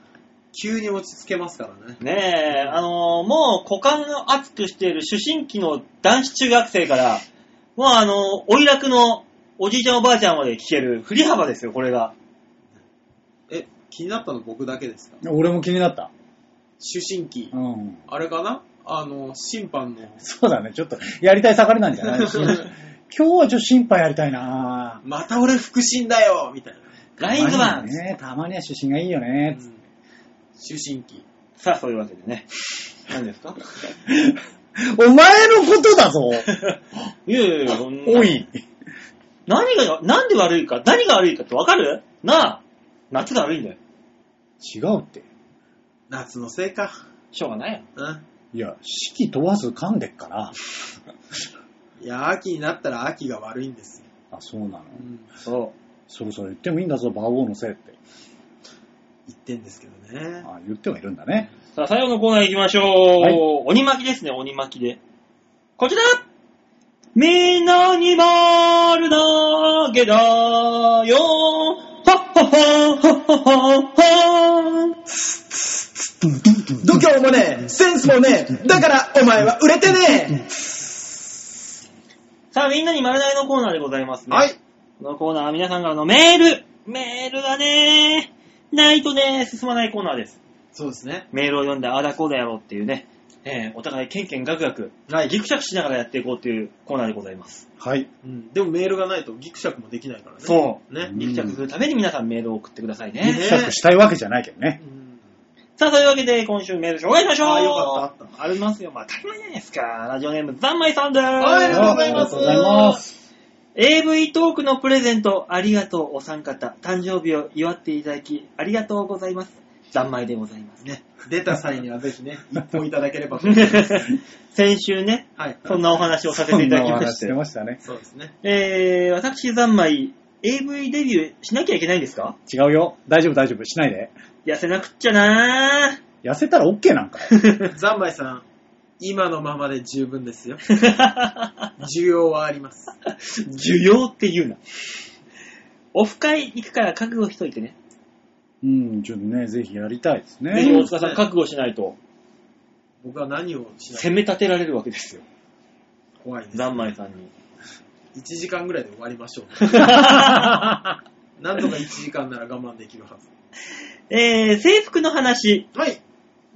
急に落ち着けますからね。
ねえ、あのーもう股間を熱くしている主審期の男子中学生から、もうあのーおいらくのおじいちゃんおばあちゃんまで聞ける振り幅ですよ、これが。
え、気になったの僕だけですか
俺も気になった。
主審期
う。ん。
あれかなあの、審判の、
そうだね、ちょっと、やりたい盛りなんじゃない今
(laughs)
日はちょっと審判やりたいな
また俺腹心だよみたいな。
ラインズマ
たま
ン
にはね、たまには主審がいいよね。
主審期。
さあ、そういうわけでね。何ですか
お前のことだぞ
いやいやいや、そんな
おい。
何が、なんで悪いか、何が悪いかってわかるなあ、夏が悪いんだよ。
違うって。
夏のせいか。
しょうがないよ。
うん。
いや、四季問わず噛んでっから。
いや、秋になったら秋が悪いんですよ。
あ、そうなの。
うん。
そ
そろそろ言ってもいいんだぞ、馬王のせいって。
言ってんですけどね。
あ言ってはいるんだね。
う。さあ、最後のコーナー行きましょう。
はい
鬼巻きですね、鬼巻きで。こちらみんなに丸投げだよはっはっははっはっは
度胸もねえ、センスもねえ、だからお前は売れてね
さあ、みんなに丸投げのコーナーでございますね。
はい。。
このコーナーは皆さんからのメールメールがね、ないとね、進まないコーナーです。
そうですね。
メールを読んでああだこうだやろうっていうね、えーお互いケンケンガクガク、
はい
ギクシャクしながらやっていこうっていうコーナーでございます。
はい。
うん。でもメールがないとギクシャクもできないからね。。
そう
ね。
ギクシャクするために皆さんメールを送ってくださいね。
ね
比較したいわけじゃないけどね。
うん
さあ、というわけで今週メール紹介しましょう
あーよかったあった
ありますよ。まあ、当たり前じゃないですか。ラジオネーム、ざんまいさんです。
はいありがとうございます
ありがとうございます。
AV トークのプレゼントありがとうお三方。誕生日を祝っていただきありがとうございます。ざんまいでございます。
ね。出た際にはぜひね、一報いただければと。
先週ね、
(laughs) はい。
そんなお話をさせていただきまし
そ
て
んなお話して。ましたね。
そうですね。
えー、私三昧、AV デビューしなきゃいけないんですか
違うよ。大丈夫大丈夫。しないで。
痩せなくっちゃなぁ。
痩せたら OK なんかよ。
ザンバイさん、今のままで十分です (laughs) よ。需要はあります。
需要って言うな。オフ会行くから覚悟しといてね。
うん、ちょっとね、ぜひやりたいです
ぜひ
ね。
大塚さん覚悟しないと、
僕は何をしない
攻め立てられるわけですよ。
怖いです。
三昧さんに。
1時間ぐらいで終わりま (laughs) しょう。なんとか1時間なら我慢できるはず。
えー、制服の話。
はい。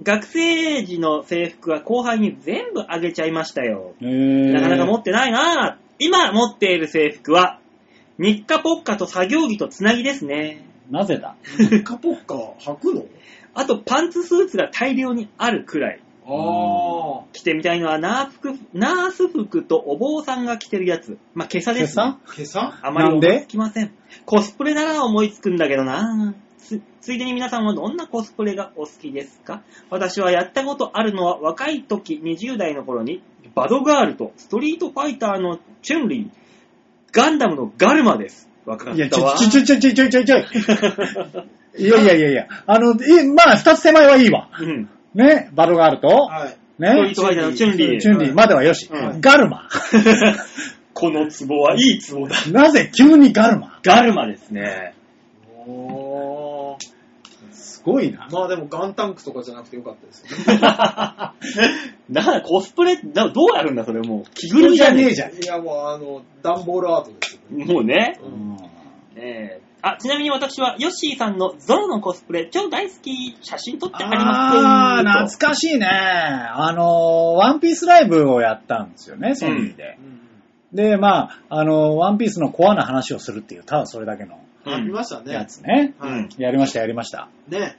学生時の制服は後輩に全部あげちゃいましたよ。
えー
なかなか持ってないなぁ。今持っている制服は、日課ポッカと作業着とつなぎですね。
なぜだ
ポッカポッカ履くの
あとパンツスーツが大量にあるくらい。
ああ
着てみたいのはナース服、ナース服とお坊さんが着てるやつ。まあ、今朝です、ね。
あ。今朝
あまり
なん
思
で
いつきません。コスプレなら思いつくんだけどなつついでに皆さんはどんなコスプレがお好きですか私はやったことあるのは若い時、20代の頃に、バドガールとストリートファイターのチュンリー、ガンダムのガルマです。若か
いや、
っ
ち
たわ
ょ、。ちょ、ちょ、ちょ、ちょ、ちょ、ちょ、ちょ。いやいやいやいや、あの、え、まあ、二つ手前はいいわ。
うん。
ね、バドガールと、
はい。
ストリ
ね
ー、トファイターのチュンリー。
チュンリーまではよし。
うん
ガルマ。
(laughs) このツボはいいツボだ。
なぜ急にガルマ
ガルマです
(laughs)
ね。
おー
すごいな。
まあでも、ガンタンクとかじゃなくてよかったですよね。
なあ、コスプレ、などうやるんだ、それもう。着ぐ
急
るみ
じ
じ
ゃ
ゃね
ね
え
えじゃん。
いや、もう、あの、段ボールアートですよね。
もうね。
うん
ええあ、ちなみに私は、ヨッシーさんのゾロのコスプレ、超大好き。写真撮ってあります
あー、懐かしいね。あの、ワンピースライブをやったんですよね、ソニーで
う。ん
で、まあ、あの、ワンピースのコアな話をするっていう、ただそれだけの
うん。ありました
や
ね。
つね。
う
はい
ん。。
やりました、やりました。
ね。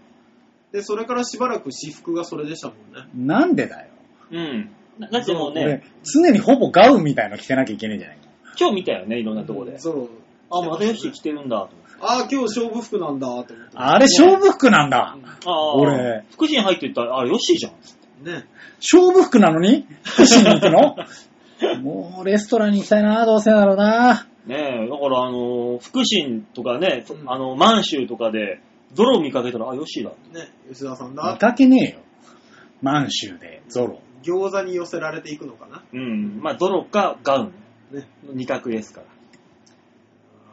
で、それからしばらく私服がそれでしたもんね。
なんでだよ。
うん。だだってもうね
俺、常にほぼガウンみたいの着てなきゃいけないんじゃないか。
今日見たよね、いろんなとこで。
ゾロ。
あ、またヨッシー着てるんだ、と思って
ああ、今日勝負服なんだ、と思って。
あれ、勝負服なんだ。
ああ、
俺
福祉に入っていったら、あ、ヨッシーじゃん。
ね。
勝負服なのに福祉に行くのもう、レストランに行きたいな、どうせだろうな。
ねえ、だからあの、福神とかね、
うん
あの、満州とかで、ゾロを見かけたら、あ、ヨッシーだ。
ね。吉田さん
見
だ。
かけねえよ。満州で、ゾロ。
餃子に寄せられていくのかな。
うん。まあ、ゾロかガウン
ね。
の二択ですから。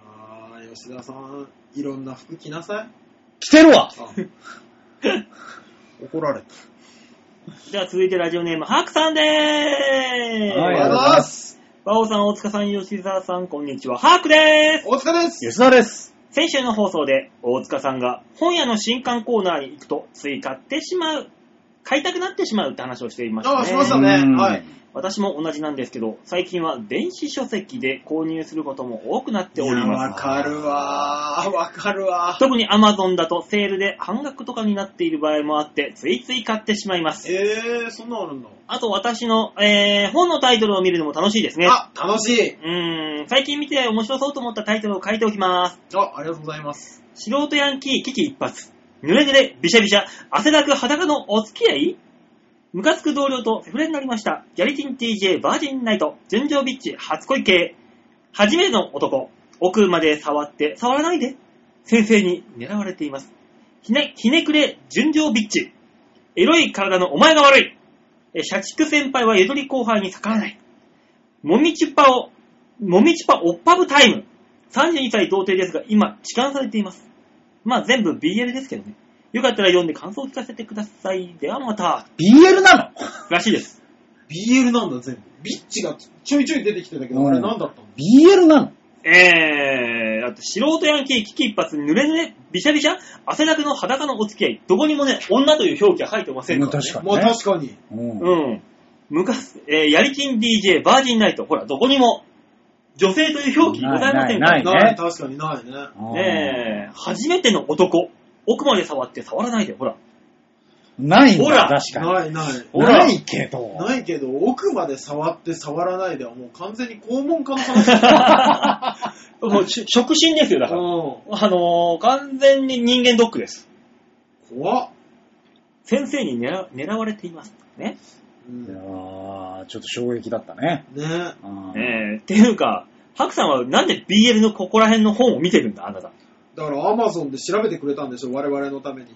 ああ、吉田さん、いろんな服着なさい。
着てるわ
あ (laughs) 怒られた。
じゃあ続いてラジオネーム、ハクさんでーす。
はい
ありがとうございます。
バオさん、大塚さん、吉沢さん、こんにちは。ハークでーす
お疲れです。
吉田です。
先週の放送で、大塚さんが本屋の新刊コーナーに行くと、つい買ってしまう、買いたくなってしまうって話をしていましたね。
あしましたね
うん
はい
私も同じなんですけど、最近は電子書籍で購入することも多くなって
い
お
や
ります
わ。かるわー。わかるわー。
特に Amazon だとセールで半額とかになっている場合もあって、ついつい買ってしまいます。
えー、そんなのあるんだ。
あと私の、えー、本のタイトルを見るのも楽しいですね。。
あ、楽しいう
ーん、最近見て面白そうと思ったタイトルを書いておきます。
あ、ありがとうございます。
素人ヤンキー危機一発。濡れ濡れ、びしゃびしゃ、汗だく裸のお付き合いムカつく同僚とセフレになりました。ギャリティン TJ バージンナイト、純情ビッチ初恋系。初めての男、奥まで触って、触らないで。先生に狙われています。ひね、ひねくれ、純情ビッチ。エロい体のお前が悪い。え社畜先輩はゆとり後輩に逆らわない。もみちっぱを、もみちっぱおっぱぶタイム。32歳童貞ですが、今、痴漢されています。まあ、全部 BL ですけどね。よかったら読んで感想を聞かせてください。ではまた。
BL なの
らしいです。
BL なんだ、全部。ビッチがちょいちょい出てきてたけど、
うん
あれなんだったの
?BL なの
えー、あと、素人ヤンキー、危機一髪、濡れ濡れ、びしゃびしゃ、汗だくの裸のお付き合い。どこにもね、女という表記は書いてませんから、ね。
確かに
ま
ね
あ確かに。
うん
うん。昔、えー、ヤリキン DJ、バージンナイト。ほら、どこにも、女性という表記ございませんから。
ないね
ない、確かにないね。
ねえ、初めての男。奥まで触って触らないで、ほら。
ないん
ほ
だ、
ら
確か
ない、ない。
に。
ほら
ないけど。
ないけど、奥まで触って触らないではもう完全に肛門科の話だ。
もう、し触診ですよ、だ
う
(laughs)
から。
ん。
あのー、完全に人間ドックです。
怖っ。
先生に狙狙われています。ね。
うん
いや
ね
ーちょっと衝撃だったね。うん
えー、っていうか、ハクさんはなんで BL のここら辺の本を見てるんだ、あなた。
だからアマゾンで調べてくれたんでしょ、我々のために。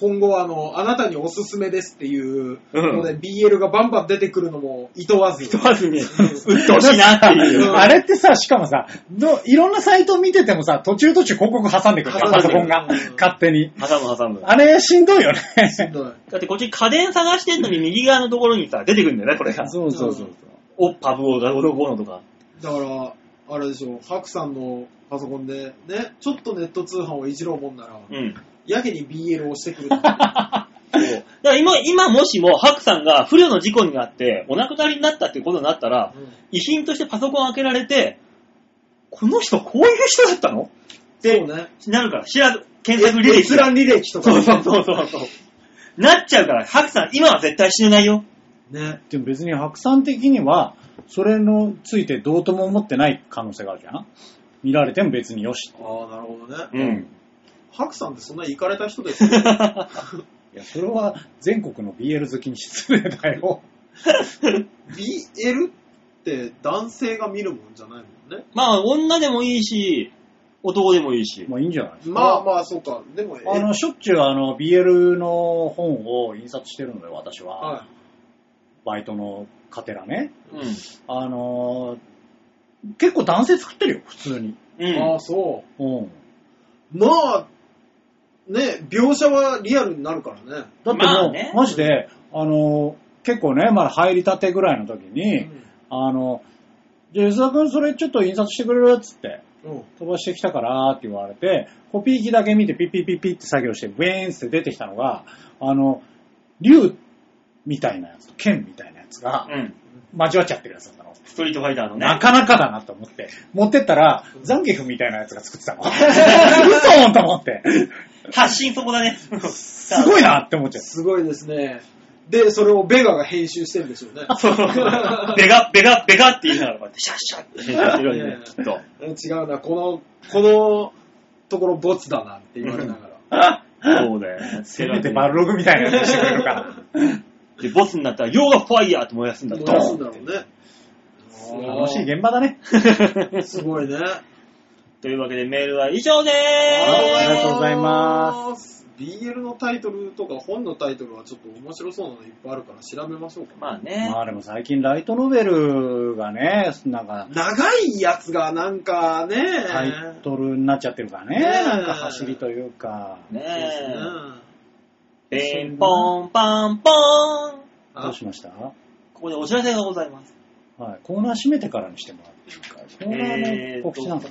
今後はあの、あなたにおすすめですっていう
うん
ので、BL がバンバン出てくるのもいとわず。
問わずに、鬱陶しいなって (laughs) いう。
あれってさ、しかもさ、どいろんなサイト見ててもさ、途中途中広告挟んでくるから、
挟んで
パソ
くる
コンが
うん。
勝手に。
挟む挟む。
あれ、しんどいよね。
しんどい
だってこっち家電探してんのに右側のところにさ、出てくるんだよね、これが。
そうそうそう。
おっぱぶおがどうのこうのとか。
だから、あれでしょ、ハクさんのパソコンで、ね、ちょっとネット通販をいじろうもんなら、
うん。
やけに BL を押してくる。
(laughs) そうだから今、今もしも、ハクさんが不慮の事故になって、お亡くなりになったっていうことになったら、遺品としてパソコン開けられて、この人こういう人だったの
でもね、
なるから、知らず、検索履歴
閲覧履歴とか
そ
ね、
うそうそうそう。なっちゃうから、ハクさん、今は絶対死ねないよ。
ね。
でも別に白さん的には、それのついてどうとも思ってない可能性があるじゃん見られても別によし。
ああ、なるほどね。
うん。
ハクさんってそんな行かれた
(laughs)
人ですよ
いや、それは全国の BL 好きに失礼だよ。 (laughs)
BL って男性が見るもんじゃないもんね。
まあ、女でもいいし、男でもいいし。
もういいんじゃない
まあまあ、そうか。でも、え
あの、しょっちゅうあの、BL の本を印刷してるのよ、私は。
は
バイトのカテラね。
うん。
あのー結構男性作ってるよ、普通に。
う
い。ああ、そ
うん。
う。まあ、ね、描写はリアルになるからね。
だってもう、
まあね
マジで、あのー結構ね、まだ入りたてぐらいの時に、あの、じゃあ吉田君それちょっと印刷してくれるっつって、
うん。
飛ばしてきたからって言われて、コピー機だけ見てピッピッピッピッって作業して、ブエーンって出てきたのが、あの、竜みたいなやつと剣みたいなやつが、
うん。
交わっちゃってるやつだったの。
ストリートファイターのね。
なかなかだなと思って。持ってったら、ザンギフみたいなやつが作ってたの。嘘と思って。
発信そこだ (laughs) ね。
すごいなって思っちゃう。
すごいですね。で、それをベガが編集してるんでしょうね。
そうそうそう。ベガ、ベガ、ベガって言いながら、こうやってシャッシャッって言ってるわけね、きっと。
違うな、この、このところボツだなって言われながら。
そうだよ。
せめてバルログみたいなやつにしてくれるから。
で、ボスになったら、ヨーガファイヤーって燃やすんだ、
燃
ド
やすん
ーン
だろうね。
(laughs) 楽しい現場だね。
すごいね。。
というわけで、メールは以上で
あ
ー
りが
す
とうございます
BL のタイトルとか本のタイトルはちょっと面白そうなのいっぱいあるから調べましょうか。
まあね。
まあでも最近ライトノベルがね、なんか
長いやつがなんかね、
タイトルになっちゃってるからね。
ねえ
なんか走りというか。
そうですね
ねえ。ピンポンパンポーン。
ど
あ
うしました
ここでお知らせがございます。
はい。コーナー閉めてからにしてもらっていいか。コーナー
え
の
ーと
告知なのか
こ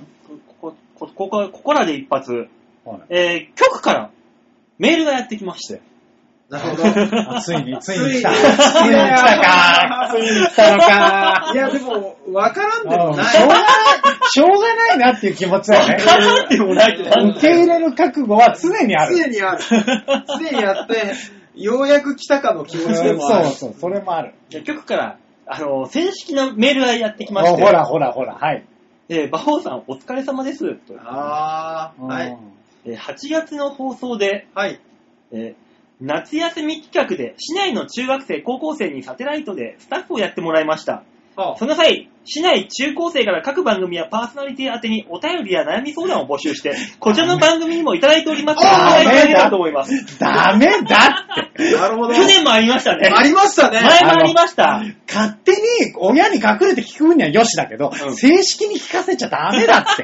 こ、ここ、ここらで一発。
な (laughs) はい。
えー、局からメールがやってきまして。
なるほ
(laughs)
ど。
あついに、ついに来た。
つ
つ
い
い
に
に来たか。 (laughs) ついに来たのか。 (laughs)
いや、でも、わからんでも
うん
な
しょうが
い。
ない、しょうがないなっていう気持ちだよね。
払ってもらえてた (laughs) ん
受け入れる覚悟は常にある。
常に
(laughs)
ある。常にあって、ようやく来たかの気持ちでもある。
そうそう、それもある。
局から、あの、正式なメールがやってき
あ
まし
ほ
て。
らほらほら、はい。
えー、馬王さんお疲れ様です。と
あー、は
う
い。
ん
えー8月の放送で、
はい。
えー夏休み企画で市内の中学生、高校生にサテライトでスタッフをやってもらいました。
(laughs)
あ
その際、市内中高生から各番組やパーソナリティ宛てにお便りや悩み相談を募集
(laughs)
して、こちらの番組にもいただいておりますので、お
あ
答えいただければと思います。
ダメだって。
なるほ
(laughs)
ど。
去年もありましたね。
ありましたね。
前もありました。
勝手に親に隠れて聞く分にはよしだけど、
うん
正式に聞かせちゃダメ
(laughs)
だって。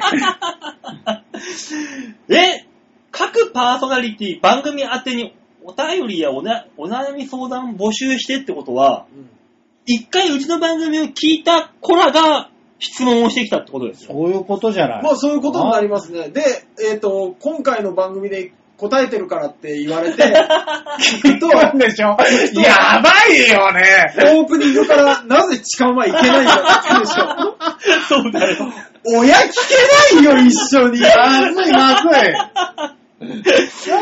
え、各パーソナリティ、番組宛てにお便りやおなお悩み相談募集してってことは、
うん
一回うちの番組を聞いた子らが質問をしてきたってことです
(laughs)
よ。
そういうことじゃない。
もうそういうことになりますね。で、えっ、と、今回の番組で答えてるからって言われ
(laughs)
て、聞くと、
なんでしょう。やばいよね。
オープニングからなぜ痴漢はいけないんだって言うでしょ。
そうだよ。
親聞けないよ、一緒に。
まずいま
(laughs)
ずい。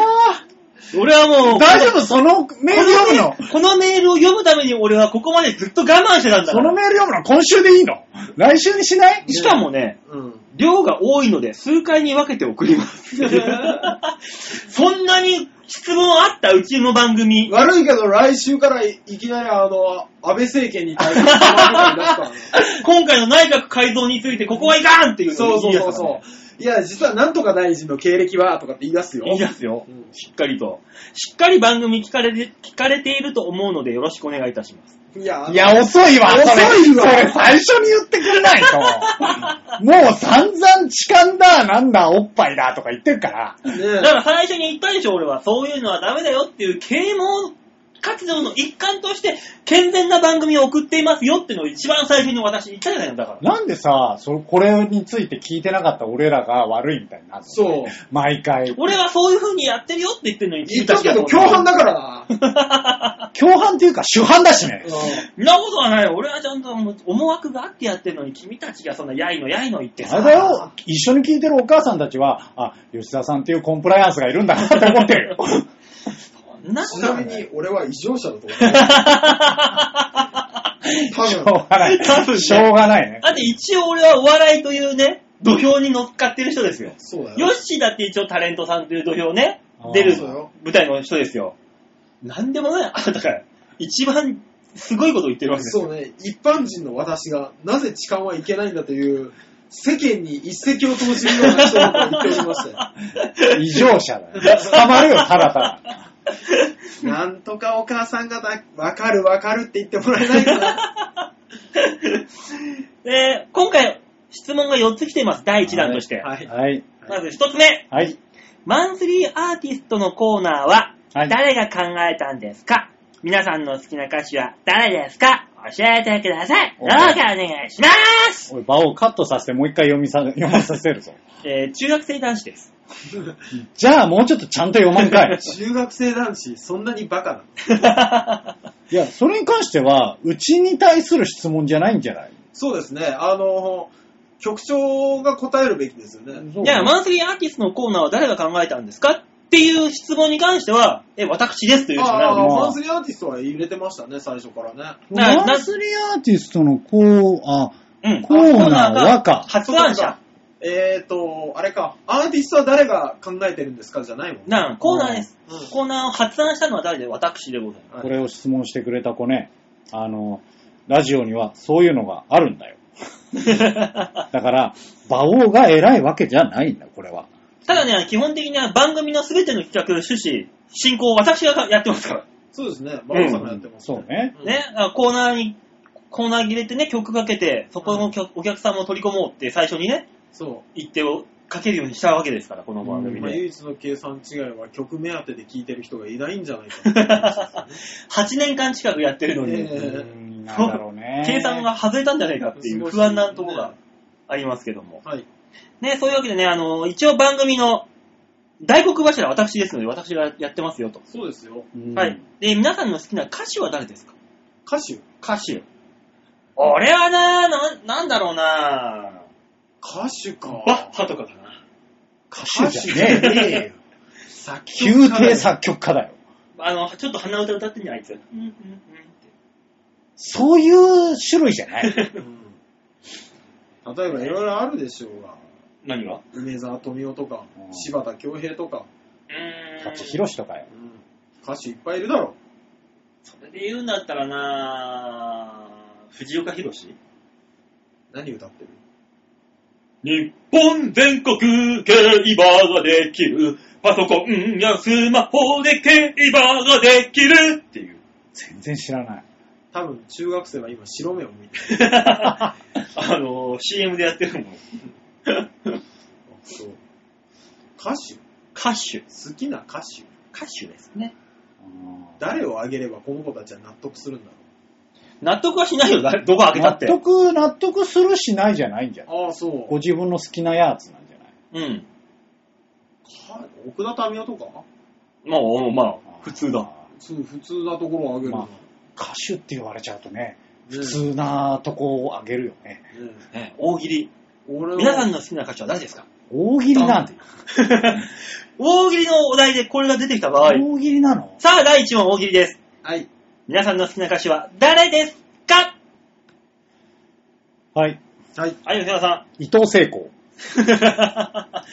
俺はもう、
大丈夫そのメール読むの
このこのメールを読むために俺はここまでずっと我慢してたんだ
そ
か
の
ら。
メール読むの今週でいいの来週にしない
しかもね、
うん。
量が多いので数回に分けて送ります。
(laughs)
そんなに質問あったうちの番組。
(laughs) 悪いけど、来週からいきなりあの、安倍政権に対する質問みたいに出すからね。
今回の内閣改造についてここはいかんっていうの
そ
を
うそ
言
う
い出す
そ
か
う
らね
そう。いや、実はなんとか大臣の経歴は、とかって言い出すよ。
言い出すよ
う。ん
しっかりと。しっかり番組聞かれて、聞かれていると思うのでよろしくお願いいたします。
いや、あの
いや、遅いわ、それ。
遅いわ
それ最初に言ってくれないと。もう散々痴漢だ、なんだ、おっぱいだとか言ってるから。
だ
ね
から最初に言ったでしょ、俺は。そういうのはダメだよっていう啓蒙活動の一環として、健全な番組を送っていますよっていうのを一番最初に私言ったじゃないの、だから。
なんでさ、そこれについて聞いてなかった俺らが悪いみたいになるの
そう。
毎回。
俺はそういう風にやってるよって言ってるのに
言ったけど、共犯だから (laughs) な。
共犯っていうか主犯だしね。
そんなことはないよ。俺はちゃんと思惑があってやってるのに、君たちがそんなやいのやいの言って
あ
さ。
れだよ、一緒に聞いてるお母さんたちは、あ、吉田さんっていうコンプライアンスがいるんだなって思ってるよ。
そんなん
ち
か
なみに俺は異常者だと思う。
しょ
多 (laughs)
う
分。
がない。
多分ね
しょうがないね。
だって一応俺はお笑いというね、土俵に乗っかってる人ですよ。
そうだ
ヨ
よ。
ッシーだって一応タレントさんという土俵ね
あ、ー
出る
そうよ
舞台の人ですよ。なんでもない、 (laughs) あだから、一番すごいことを言ってるわけですよ。
そうね、一般人の私がなぜ痴漢はいけないんだという、世間に一石を投じるような人だと言っておりましたよ。
異常者だよ。捕まるよ、ただただ。
(laughs) なんとかお母さん方、わかるわかるって言ってもらえないかな。
で、今回、質問が4つ来ています、第1弾として。
(laughs) はい。
はい。
まず1つ目、
はい。
マンスリーアーティストのコーナーは、
はい
誰が考えたんですか皆さんの好きな歌手は誰ですか教えてください。どうかお願いします、
おい、場をカットさせてもう一回読みさ、 (laughs) 読まさせるぞ。
えー中学生男子 (laughs) です。
じゃあもうちょっとちゃんと読まんか
(laughs)
い。
中学生男子、そんなにバカなの
いや、それに関しては、うちに対する質問じゃないんじゃない
そうですね、あの、局長が答えるべきですよね。
そう
じゃあ、マンスリーアーティストのコーナーは誰が考えたんですかっていう質問に関しては、え、私ですというしかない
ああ、
まあ
マンスリーアーティストは入れてましたね、最初からね。
な
マンスリーアーティストのコー、あ、
うん。
コーナーはか
発案者。
えーと、あれか、アーティストは誰が考えてるんですかじゃないもんね。
なあコーナーです、
うん
コーナーを発案したのは誰で私でございま
これを質問してくれた子ね、あの、ラジオにはそういうのがあるんだよ。だから、馬王が偉いわけじゃないんだ、これは。
す。ただね、基本的には番組の全ての企画、趣旨、進行を私がやってますから。
そうですね、マンさんがやってます、
そう。ね。
うん
ね、あコーナーに、コーナーに入れてね、曲かけて、そこの曲お客さんも取り込もうって最初にね、
そ
一手をかけるようにしたわけですから、この番
う。
組
まあ、
で。
唯一の計算違いは曲目当てで聴いてる人がいないんじゃないかな。
8年間近くやってるのに。
う
え
ーんなんだろうね。
計算が外れたんじゃないかっていう不安なところがありますけども。
はい。
ね、そういうわけでね、あの、一応番組の大黒柱は私ですので、私がやってますよと。
そうですよ。
うん。
はい。で、皆さんの好きな歌手は誰ですか
歌手
歌手。俺はなな、なんだろうな
歌手か。
バッハとかだな。
歌手じ
(laughs)
ゃねえよ。
よ。作
宮
曲家だ
廷
よ
作曲家だよ。
あの、ちょっと鼻歌歌ってんじゃん、あいつ。うんうんうんっ
Mm-hmm.
て。
そういう種類じゃ
(laughs)
ない。
うん例えばいろいろあるでしょうが。
何がう
梅沢富美男とか
う、ん
柴田恭平とか、
ーん。
立ち広しとかよ
う。ん歌手いっぱいいるだろ。
それで言うんだったらな藤岡弘
何歌ってる
日本全国競馬ができる。パソコンやスマホで競馬ができるっていう。
全然知らない。
多分中学生は今白目を向いてる。
あの CM でやってるもん。
そう歌手
歌手。
好きな歌手
歌手ですね。
うん
誰をあげればこの子たちは納得するんだ
納得はしないよ、だどこ開けたっ
納
て。
得、納得するしないじゃないんじゃない
ろう。ああ、そ
ご
う。
自分の好きなやつなんじゃない
うん。
か奥田民生とか
まあ、まあ
あー
普通だ。
そう普通なところをあげるの。
ま歌手って言われちゃうとね、
普
普通なとこをあげるよね。
ね大喜利。
俺は
皆さんの好きな歌手は誰ですか
大喜利なんて。
大喜利のお題でこれが出てきた場合。
大喜利なの
さあ、第1問大喜利です。
はい。
皆さんの好きな歌手は誰ですか
はい。
はい。
はい、吉田さん。
(laughs)
伊藤聖子。
確か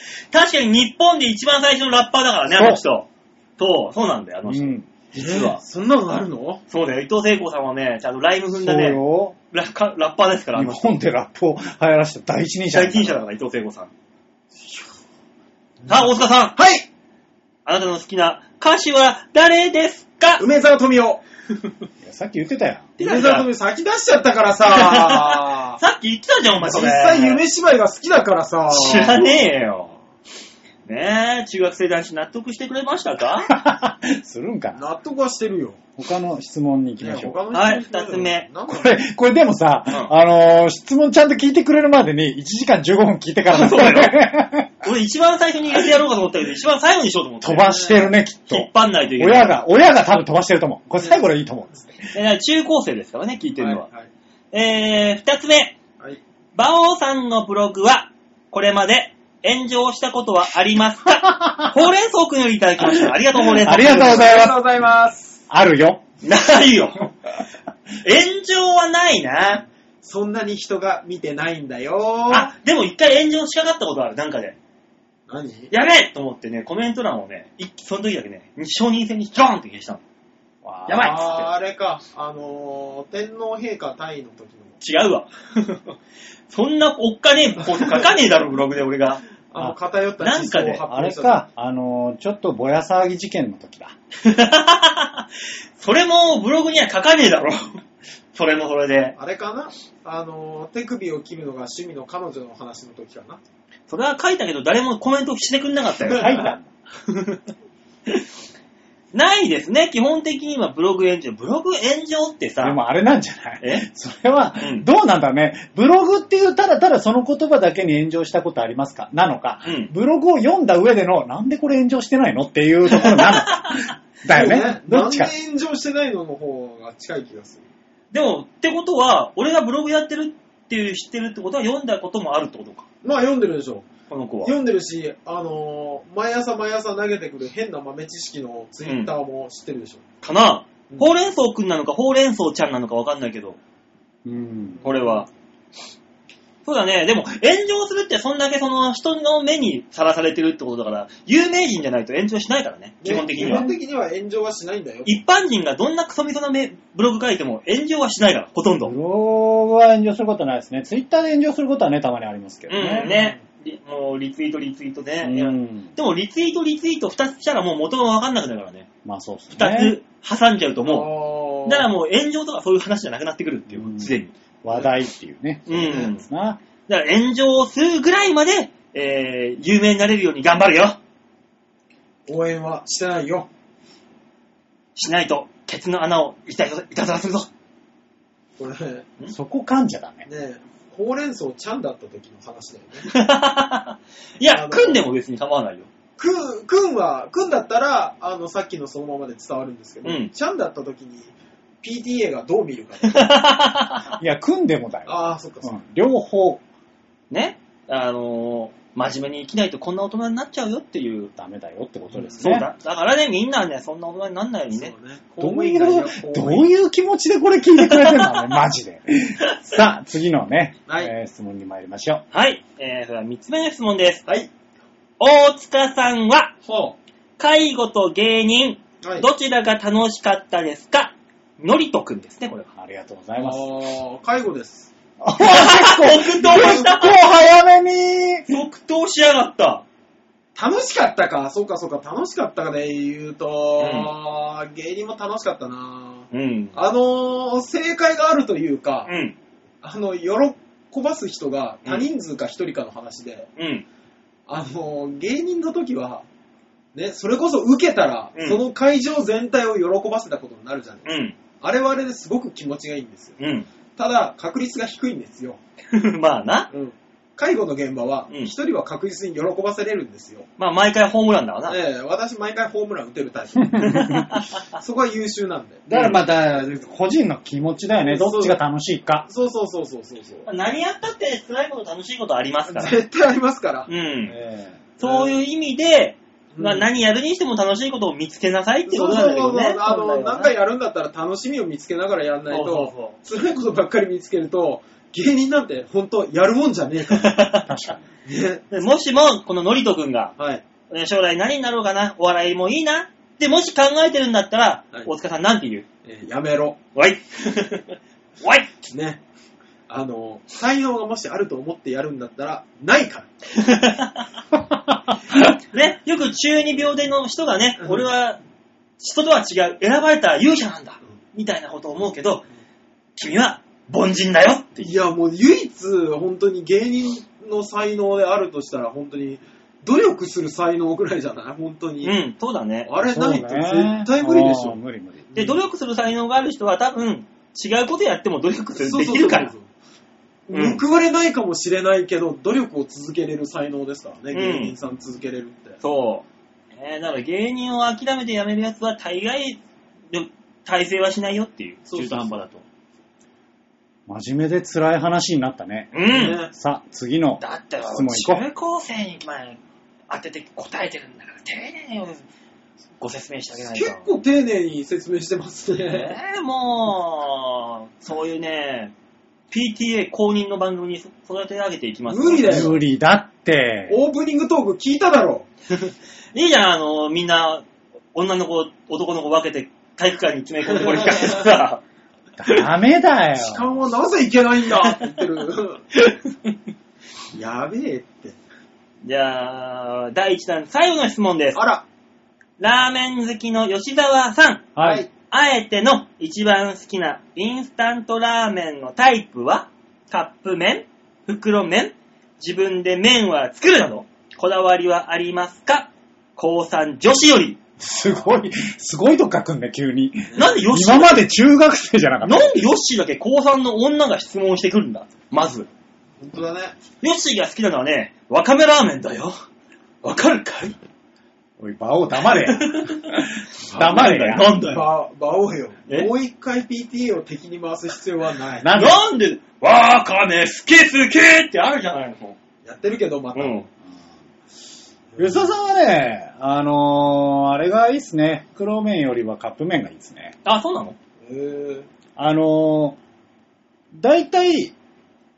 に日本で一番最初のラッパーだからね、あの人。そう、そうなんだよ、あ
う
の人。
ん。
実は
えーそんなのあるの
そうだよ、伊藤聖子さんはね、ちゃんとライム
そ
踏んだ
う
ね、
よ。
ラッカラッパーですから、あ
日
の人。
本でラップを流行らせた第一人者。
第一人者だから、伊藤聖子さん。さあ、大塚さん。
はい
あなたの好きな歌手は誰ですか
梅沢富美男
いやさっき言ってたやん。
言
梅
ってたじ
沢
ゃん
富美男先出しちゃったからさ
さっき言ってたじゃん、お (laughs) 前、そ
実
れ。
際夢芝居が好きだからさ
知らねえよ。ねえ、中学生男子納得してくれました
(laughs)
か
するんかな
納得はしてるよ。
他の質問に行きましょう。
はい二つ目
なん
こ
か
れ、これでもさ、
うん
あのー質問ちゃんと聞いてくれるまでに1時間15分聞いてから
そうだ
ね。
俺一番最初に入れてやろうかと思ったけど、一番最後にしようと思って。
飛ばしてるね、きっと。
引っ張んないといけない。
親が、親が多分飛ばしてると思う。これ最後でいいと思うんです。
えー中高生ですからね、聞いてるのは。
はい
えー、二つ目。
はい。
馬王さんのブログは、これまで炎上したことはあります
(laughs)
かほうれん草くんよりいただきました。ありがとう、ほうれん草
あ
くん。
りがとうござい
あり
ま
がとう
す。
ございます。
あるよ。
ない
(laughs)
よ。炎上はないな。
そんなに人が見てないんだよ
あ、でも一回炎上しかかったことある、なんかで。
何
やべえと思ってね、コメント欄をね、一その時だけね、承認制にジョーンって消したの。やばいっつって
あーあれか、あのー、天皇陛下退位の時の。
違うわ。 (laughs) そんなおっかねえこと書かねえだろ、ブログで俺が。 (laughs)
あの、
あ
偏った
なんかね
思想を
あ
発
れ
表した時
か、あのー、ちょっとぼや騒ぎ事件の時だ。
それもブログには書かねえだろ。 (laughs) それもそれで。
あれかなあのー、手首を切るのが趣味の彼女の話の時かな。
それは書いたけど、誰もコメントしてくんなかったよ。 (laughs)
書いたんだ。
ないですね、基本的にはブログ炎上。ブログ炎上ってさ、
でもあれなんじゃない
え
それは
うん、
どうなんだろうね。ブログっていう、ただただその言葉だけに炎上したことありますかなのか、
うん
ブログを読んだ上での、なんでこれ炎上してないのっていうところな
(laughs)
のだよね。ど
な
っ
ん
ち
で
か。
炎上してないのの方が近い気がする。
でも、ってことは、俺がブログやってるっていう知ってるってことは読んだこともあるってことか、
まあ読んでるでしょ。
この子は。
読んでるし、あのー、毎朝毎朝投げてくる変な豆知識のツイッターも知ってるでしょ。
かな、
うん
ほうれん草くんなのか、ほうれん草ちゃんなのかわかんないけど、
うん。
これは。そうだね。でも、炎上するってそんだけその人の目にさらされてるってことだから、有名人じゃないと炎上しないからね、基本的には
ね基。本的には炎上はしないんだよ。
一般人がどんなクソみそなめブログ書いても炎上はしないから、ほとんど。
ブログは炎上することはないですね。ツイッターで炎上することはね、たまにありますけど
うん、
ね。
ね。りもう、リツイート、リツイートね。
うん。
でも、リツイート、リツイート2つしたらもう元がわかんなくなるからね。
まあそうですね。
2つ挟んじゃうとも
も
う。だからもう炎上とかそういう話じゃなくなってくるっていうう、
ん
すでに。
話題っていうね。
うん。
な。
だから炎上をするぐらいまで、えー、有名になれるように頑張るよ。
応援はしてないよ。
しないと、ケツの穴をいたいたずらするぞ。 (laughs)
これ、ね
そこ噛んじゃダメ。
え、ほうれん草ちゃんだった時の話だよね。
い
あ
や、
の
組んでも別に構わないよ。
くん、くんは、くんだったら、あの、さっきのそのままで伝わるんですけど、
うん
ちゃんだった時に、PTA がどう見るか。
いや、組んでもだよ。
ああ、そっかそっ
う
か。
ん、両方、
ね。あのー、真面目に生きないとこんな大人になっちゃうよっていう。
ダメだよってことです
そう
ね。
だ。だからね、みんなね、そんな大人になんないようにね。
そうね公
ど
務
うい
員が
う
公、
ど
務
う
員
いう気持ちでこれ聞いてくれてるのね、マジで。さあ、次のね、
はい
えー質問に参りましょう。
はい。えー、それでは3つ目の質問です。
はい。
大塚さんは、
ほ
介護と芸人、
う。はい。
どちらが楽しかったですかのりとくんですね、これは。
ありがとうございます。
ああ、介護です。
即答
結構早めに
即答しやがった。
楽しかったか、そうかそうか、楽しかったかで言うと、芸人も楽しかったな
うん。
あのー正解があるというか、
うん。
あの、喜ばす人が多人数か一人かの話で、
うん。
あのー芸人の時は、ね、それこそ受けたら、
うん
その会場全体を喜ばせたことになるじゃない、
うん。
あれはあれですごく気持ちがいいんですよ。
うん。
ただ、確率が低いんですよ。
(laughs) まあな。
うん。介護の現場は、
うん
一人は確実に喜ばせれるんですよ。
まあ毎回ホームランだわな。
ええ私毎回ホームラン打てる
(laughs)
タイプ。そこは優秀なんで。
だからまた、個人の気持ちだよね。
そ
ど
う
っちが楽しいか。
そうそうそうそうそうそう。
まあ何やったって辛いこと楽しいことありますから。
(laughs) 絶対ありますから。
うん。
え
そういう意味で、
うん
まあ何やるにしても楽しいことを見つけなさいっていう
そ
こ
う
と
そ
なん
う
だけ
そ
ど
うそう
ね。
あ
本来
の、
は
何
な
回やるんだったら楽しみを見つけながらやんない
そうそうそ
と、辛いことばっかり見つけると、芸人なんて本当やるもんじゃね
(laughs)
えから。
え確かに。
ね
で (laughs) もしも、こののりとくんが、
はい。
ね将来何になろうかな、お笑いもいいな、で、もし考えてるんだったら、
はい
大塚さんなんて言う
えーやめろ。
わい (laughs) わい
ね。あの、才能がもしあると思ってやるんだったら、ないから。
(laughs) ね、よく中二病での人がね
う、ん
俺は人とは違う、選ばれた勇者なんだ、みたいなことを思うけど、君は凡人だよっていう。
いや、もう唯一、本当に芸人の才能であるとしたら、本当に、努力する才能ぐらいじゃない本当に。
うん、そうだね。
あれないと
そうね
絶対無理でし
あー
ょ。
無理無理。
で、努力する才能がある人は多分、違うことやっても努力するできるから。うん
報われないかもしれないけど、努力を続けれる才能ですからね、
うん
芸人さん続けれるって。
そう。えーだから芸人を諦めて辞めるやつは大概、でも体制はしないよっていう、
そうそう
中途半端だと。
真面目で辛い話になったね。
うん。
ね
さあ、次の
だって
質問行こう
中高生に前当てて答えてるんだから丁寧にご説明してあげないと
結構丁寧に説明してますね。
ねえ
もう、そういうね、PTA 公認の番組に育て上げていきます。
無理だよ
無理だって。
オープニングトーク聞いただろ
いいじゃん、あの、みんな、女の子、男の子分けて体育館に詰め込んでこれ聞かせて
(laughs)
さ。
ダメだよ。
時間はなぜいけないんだって言
(laughs)
ってる。やべえって。
じゃあ、第1弾、最後の質問です。
あら、
ラーメン好きの吉沢さん。
はい。
あえての一番好きなインスタントラーメンのタイプはカップ麺袋麺自分で麺は作るなどこだわりはありますか高3女子より。
すごい、すごいとこ書くんだ、急に。
なんでヨッシー
今まで中学生じゃなかった。
なんでヨッシーだけ高3の女が質問してくるんだまず。
本当だね。
ヨッシーが好きなのはね、わかめラーメンだよ。わかるかい
おい、馬王黙れや。黙れや。
なんだよ。
バオよ。
え
もう一回 PTA を敵に回す必要はない。
なんで
なんで、わかめ好き好きってあるじゃないの。
やってるけど、また。
ん。
吉田さんはね、あのー、あれがいいっすね。袋麺よりはカップ麺がいいっすね。
あ、そうなの
えー
あのー、大体、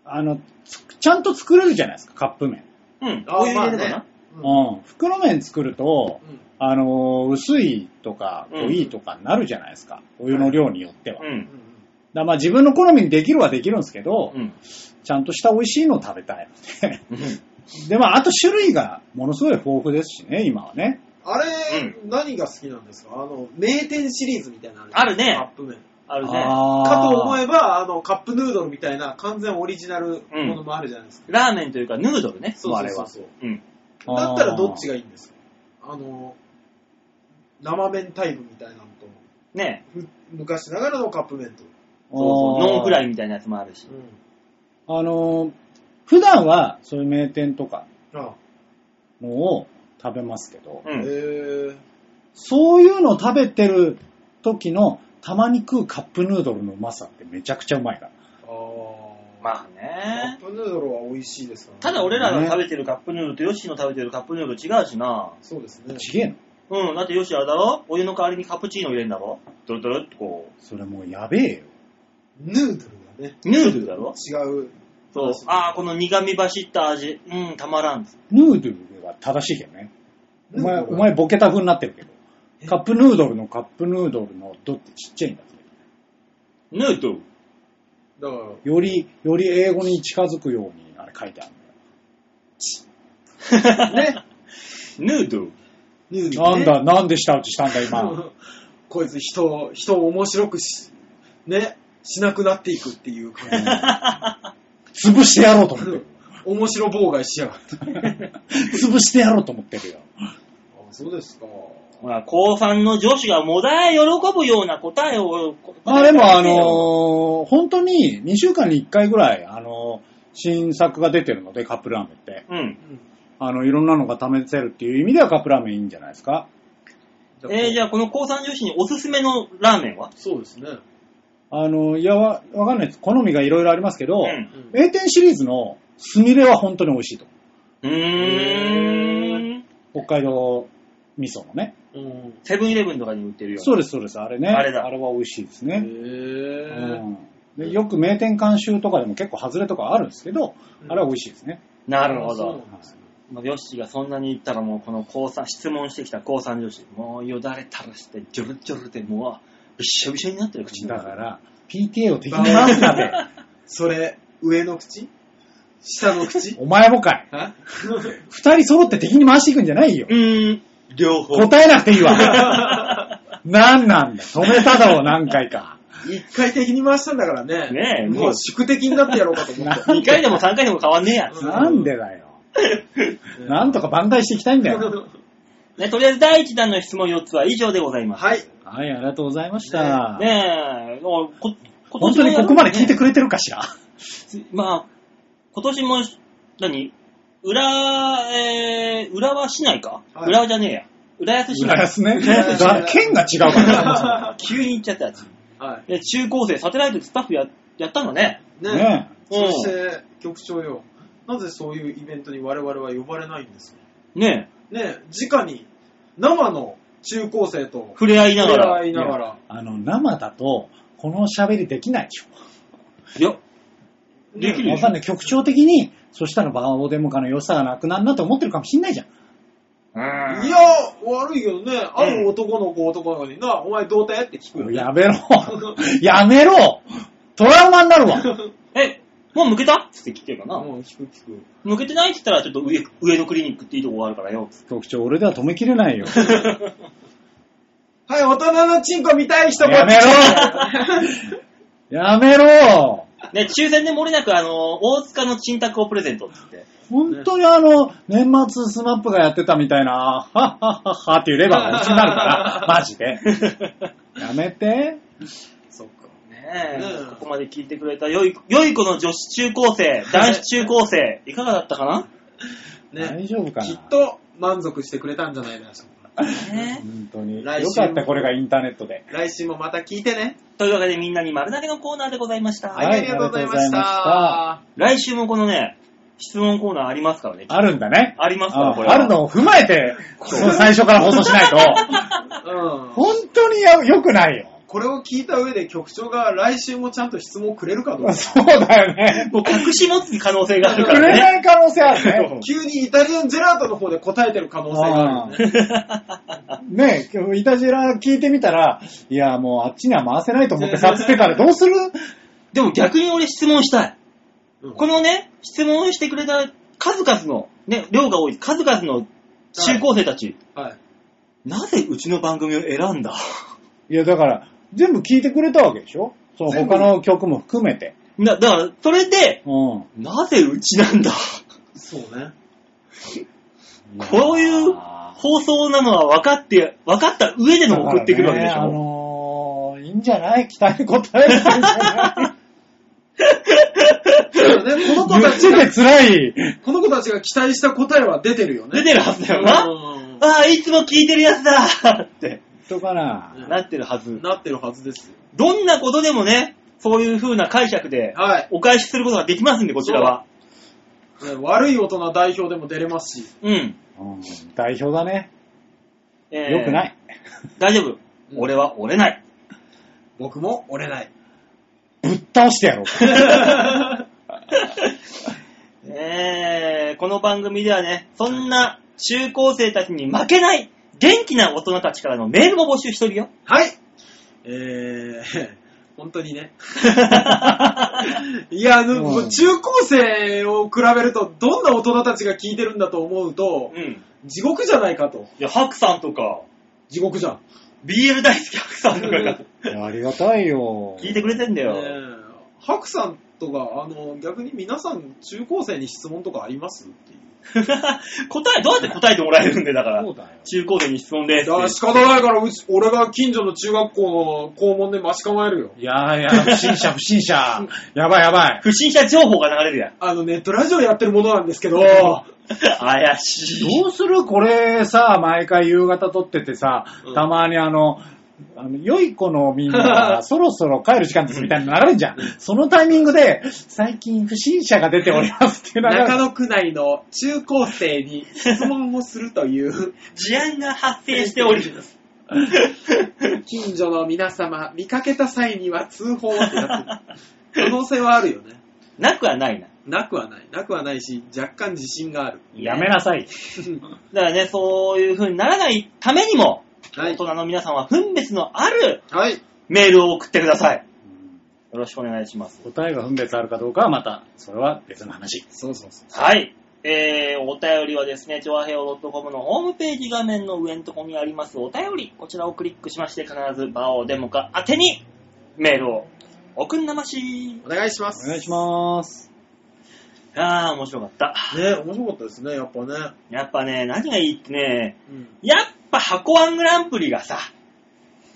あの、つちゃんと作れるじゃないですか、カップ麺。
うん。
あ
お湯入れれば
まあ
な
ね。
うん。袋麺作ると、
うん
あのー、薄いとか、
うん
濃いとかになるじゃないですか。お湯の量によっては。
う
だか
ん。
らまあ自分の好みにできるはできるんですけど、
うん。
ちゃんとした美味しいのを食べたい (laughs) ので。
うん
で、まああと種類がものすごい豊富ですしね、今はね。
あれ、何が好きなんですかあの、名店シリーズみたいなの
あるね
カップ麺。
あるね。
か
かと思
え
えば、あの、カップヌードルみたいな完全オリジナルものもあるじゃないですか。
ラーメンというか、ヌードルね。
そうそうそうそう。
うん。
だったらどっちがいいんですかあの、生麺タイプみたいなのと、
ね
ふ昔ながらのカップ麺
そ
と。
うそう。ノンフ
イ
ライみたいなやつもあるし。
あのー普段はそういう名店とか
あ
のを食べますけど、
う
へ
ん。
え
そういうのを食べてる時のたまに食うカップヌードルのうまさってめちゃくちゃうまいから。
あー
まあ
カッ
ね。
プヌードルは美味しいですからね
ただ俺らが食べてるカップヌードルとヨッシーの食べてるカップヌードル違うしな。
そうですね。
ちげえの
うん。だってヨッシーあれだろお湯の代わりにカプチーノ入れんだろドロドロってこ
それもうやべえよ。
ヌードルがね、
う。ヌードルだろ
違う。
そう
そう。
ああ、この苦味走った味。うん、たまらん。
ヌードルは正しいけどね。お前、お前ボケた風になってるけど。カップヌードルのカップヌードルのドってちっちゃいんだけ
ヌードル。
だから、
ど。より、より英語に近づくようにあれ書いてあるんだよ。
(laughs) ね。ヌードル。
ヌード
な
ル、
ん
ね。
だ、なんで舌打ちしたんだ今。
(laughs)
(laughs) こいつ人を、人を面白くし、ね、しなくなっていくっていう感じ。
(laughs)
潰してやろうと思ってる。
面白妨害しやがって。
潰してやろうと思ってるよ。
あ、そうですか。
ほら、高3の女子がもだえ喜ぶような答えを。
まあでもあのー本当に2週間に1回ぐらい、あのー新作が出てるので、カップラーメンって。
うん。
あの、いろんなのが試せるっていう意味ではカップラーメンいいんじゃないですか。
えー、じゃあこの高3女子におすすめのラーメンは
そうですね。
あの、いや、わわかんないです。好みがいろいろありますけど、
うん
名店シリーズのスミレは本当に美味しいと。
うーん。
北海道味噌のね。
うん。
セブンイレブンとかに売ってるよ。
そううです、そうです。あれね。
あれだ
は美味しいです
へ
ね。う
ぇ
んでよく名店監修とかでも結構外れとかあるんですけど、あれは美味しいですね。
なるほ
そうな
ど。
んですね
もうヨッシーがそんなに言ったらもうこの高三、質問してきた高三女子、もうよだれ垂らして、ジョルジョルでもう、びっしょびしょになってる口の
だ
中
か。ら、PTA を敵に回すなって。
それ、上の口下の口
(laughs) お前もかい。
は
二人揃って敵に回していくんじゃないよ
う。ーん、 (laughs) 両方。
答えなくていいわ。なんなんだ。止めただろう、何
(laughs)
回か。
一回的に回したんだからね。
ねえ、
も
も
う宿敵になってやろうかと思って。
う、2回でも3回でも変わんねえや。
なんでだ
(laughs)
よ。なんとか挽回していきたいんだよ。
ね、とりあえず第1弾の質問4つは以上でございます。
(laughs)
はい。
はい、ありがとうございました。
ねえ、もうこ
本当にここまで聞いて
く
くれてるかしら。
まあ、今年も、何浦、えー、浦和市内か、
はい
浦和じゃねえや。浦安市内。
ね。
ね
だ県が違うからね。
急に行っちゃったやつ。
はい。
で中高生、サテライトスタッフやっやったのね。
ね
ね
うん
そして、局長よ、なぜそういうイベントに我々は呼ばれないんですか
ね
ね直に、生の中高生と、
触れ合いながら。
会いながら、
あの、生だと、この喋りできないでし
い
ょ。
や、できる
わ
よ
かんない。局長的に、そしたらバオデモカの良さがなくなるなと思ってるかもしんないじゃん。
いや、悪いけどね、ある男の子男の子にな、お前童貞って聞くよ。
やめろやめろトラウマになるわ
え、もう向けたつって聞けるかな。
うん、聞く聞く。
向けてないって言ったら、ちょっと上、上のクリニックっていいとこがあるからよ。
局長、俺では止めきれないよ。
はい、大人のチンコ見たい人
やめろやめろ
ね、抽選で漏れなく、あの、大塚の沈託をプレゼントって言って。
本当にあの、年末スマップがやってたみたいな、はっはっはっはっていうレバー
(laughs)
がうちになるから、マジで。やめて。
そっか。
ねえ、
うん
ここまで聞いてくれた良い子、良い子の女子中高生、男子中高生、いかがだったかな
ね、
大丈夫かな
きっと満足してくれたんじゃないでしょうか。
本当に。よ
来週
かった、これがインターネットで。
来週もまた聞いてね。
というわけでみんなに丸投げのコーナーでございました。
はい
ありがとうございまし
あ
た。
来週もこのね、質問コーナーありますからね。
あるんだね。
ありますから、
あ
これは。
あるのを踏まえて、もう最初から放送しな
(laughs)
いと、
うん。
本当にや良くないよ。
これを聞いた上で局長が来週もちゃんと質問くれるかどうか。
そうだよね。
もう隠し持つ可能性がある
く
から
れ
ね。
ない可能性あるね。
急にイタリアンジェラートの方で答えてる可能性があるよね。
ねえ、今日イタジラ聞いてみたら、いや、もうあっちには回せないと思ってさっつってたらどうする
でも逆に俺質問したい。
うん
このね、質問してくれた数々の、ね、量が多い、数々の中高生たち、
はい。
なぜうちの番組を選んだ (laughs)
いや、だから、全部聞いてくれたわけでしょその
全部
他の曲も含めて。
なだから、それで、
うん。
なぜうちなんだ
そうね。
こういう放送なのは分かって、分かった上での送ってくるわけでし
だからねあ
ょ、
のー、いいんじゃない期待に応え
(laughs)
たいんじゃない
そうだねこの子た
言っ
ち
てて
が、
辛い。
この子たちが期待した答えは出てるよね。
出てるはずだよな。
うん
ああ、いつも聞いてるやつだって
とかな。
なってるはず。
なってるはずですよ。
どんなことでもね、そういう風な解釈で
はい。
お返しすることができますんで、こちらは。
ね悪い大人代表でも出れますし。
うん。
うん代表だね。
えー
良くない。
大丈夫。俺は折れない。
僕も折れない。
ぶっ倒してやろう。
(laughs) えー、この番組ではね、そんな中高生たちに負けない元気な大人たちからのメールも募集してるよ。
はい。えー、 (laughs) 本当にね。いや、あの
うん
もう中高生を比べると、どんな大人たちが聞いてるんだと思うと、
うん。
地獄じゃないかと。
いや、ハクさんとか、
地獄じゃん。
BL 大好きハクさんとかが
いやありがたいよ。
聞いてくれてんだ
ね
よ。
えハクさんとか、あの、逆に皆さん、中高生に質問とかありますっていう。
答え、どうやって答えてもらえるんで、だから。
そうだよ。
中高生に質問です。
いや、仕方ないから、うち、俺が近所の中学校の校門で待ち構えるよ。
いやいや、不審者、不審者。やばいやばい。
不審者情報が流れるやん。
あの、ネットラジオやってるものなんです
(laughs)
けど、
怪しい。
どうするこれさ、毎回夕方撮っててさ、たまにあの、あの、良い子のみんな (laughs) がそろそろ帰る時間ですみたいなの流れるじゃん。そのタイミングで、最近不審者が出ておりますっていう流れ
中野区内の中高生に質問をするという、
事案が発生しております。
近所の皆様、見かけた際には通報ってなってる。可能性はあるよね。
なくはないな。
なくはない。なくはないし、若干自信がある。
やめなさい。
だからね、そういう風にならないためにも、
は
大
い。
人の皆さんは分別のある
はい。
メールを送ってください。よろしくお願いします。
答えが分別あるかどうかはまた、それは別の話。
そうそうそう。
はい。えー、お便りはですね、ちょわへお .com のホームページ画面の上のところにありますお便り、こちらをクリックしまして、必ずバオデモカ宛てにメールを送んなまし。
お願いします。
お願いします。
あー、面白かった。
ね、面白かったですね、やっぱね。
やっぱね、何がいいってね、
うん。
やっぱ箱ワングランプリがさ、やっ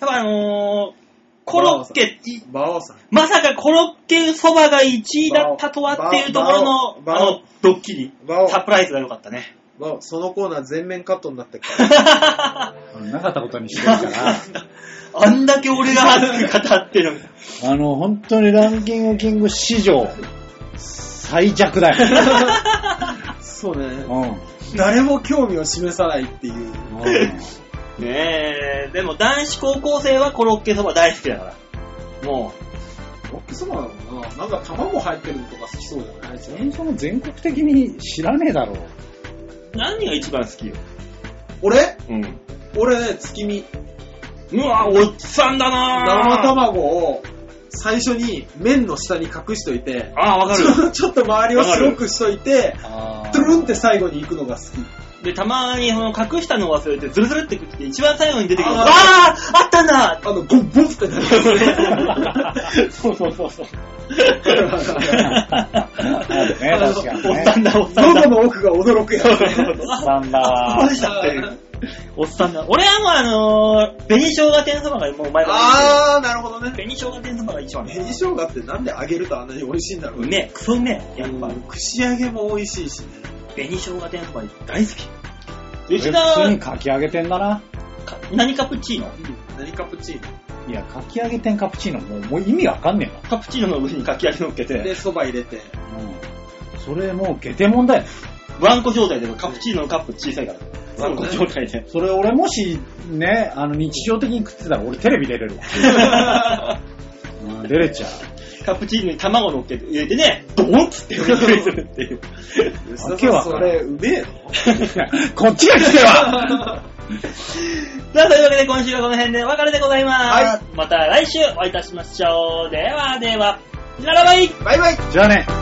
ぱあのー、コロッケ、い
バオさん。
まさかコロッケそばが1位だったとはっていうところの、
バオ
あ
バオ
の、ドッキリ、
バオ、
サプライズが良かったね。
わそのコーナー全面カットになってるから。
なかったことにしてるから。
あんだけ俺が熱く語ってるのに。
あの、本当にランキングキング史上、最弱だ (laughs) よ。
そうね。
うん。うん
誰も興味を示さないっていう。
ねえ、でも男子高校生はコロッケそば大好きだから。も
ロックそばなのかななんか卵入ってるのとか好きそうじゃない
そもそも全国的に知らねえだろう。
う、何が一番好きよ。
俺
うん。
俺ね、月見。
うわ、おっさんだな
生卵を最初に麺の下に隠しといて、
ああ、わか
ち
る。
ょ (laughs) ちょっと周りを白くしといて、
あ
トゥルンって最後に行くのが好き。
で、たまにその隠したの忘れて、ズルズルってくって、一番最後に出てくる。あ
あー
あー、あったんだ
あの、ボンボンってな
(laughs)
る。
そうそうそうそう。
(laughs)
あるね、確かに、
おっ
ね。
さんだ、おっさんだ。
喉の奥が驚くやつ。
おっさんだわ。
でしたって。おっさんだ。俺はもうあのー、紅生姜天そばがもう前から
あー、なるほどね。
紅生姜天そばが一番。
紅生姜ってなんで揚げるとあんなに美味しいんだろう
うめえ、クソうめえ。やっぱ、
うん串揚げも美味しいしね。
紅生姜天そば大好き。
普
吉田、
通にかき揚げてんだな。
か何カプチーノ
何カプチーノ
いや、かき揚げてんカプチーノ、もうもう意味わかんね
カプチーノの上にかき揚げ乗っけて、
で、蕎麦入れて。
えな。うん。それもうゲテモンだよ。
ワンコ状態でもカプチーノのカップ小さいから。
そうね
ワンコ状態 (laughs) で。
それ俺もしね、あの日常的に食ってたら俺テレビ出れるわ。うん出れちゃう。
カプチーノに卵乗っけて、入れてね、ドボンっつって上にするっていう。
吉
わけわかん
そ
ない
れ、うめえの
こっちが来ては
さあ、というわけで今週はこの辺でお別れでございます。また来週お会いいたしましょう。ではでは、ならばい
じゃあね。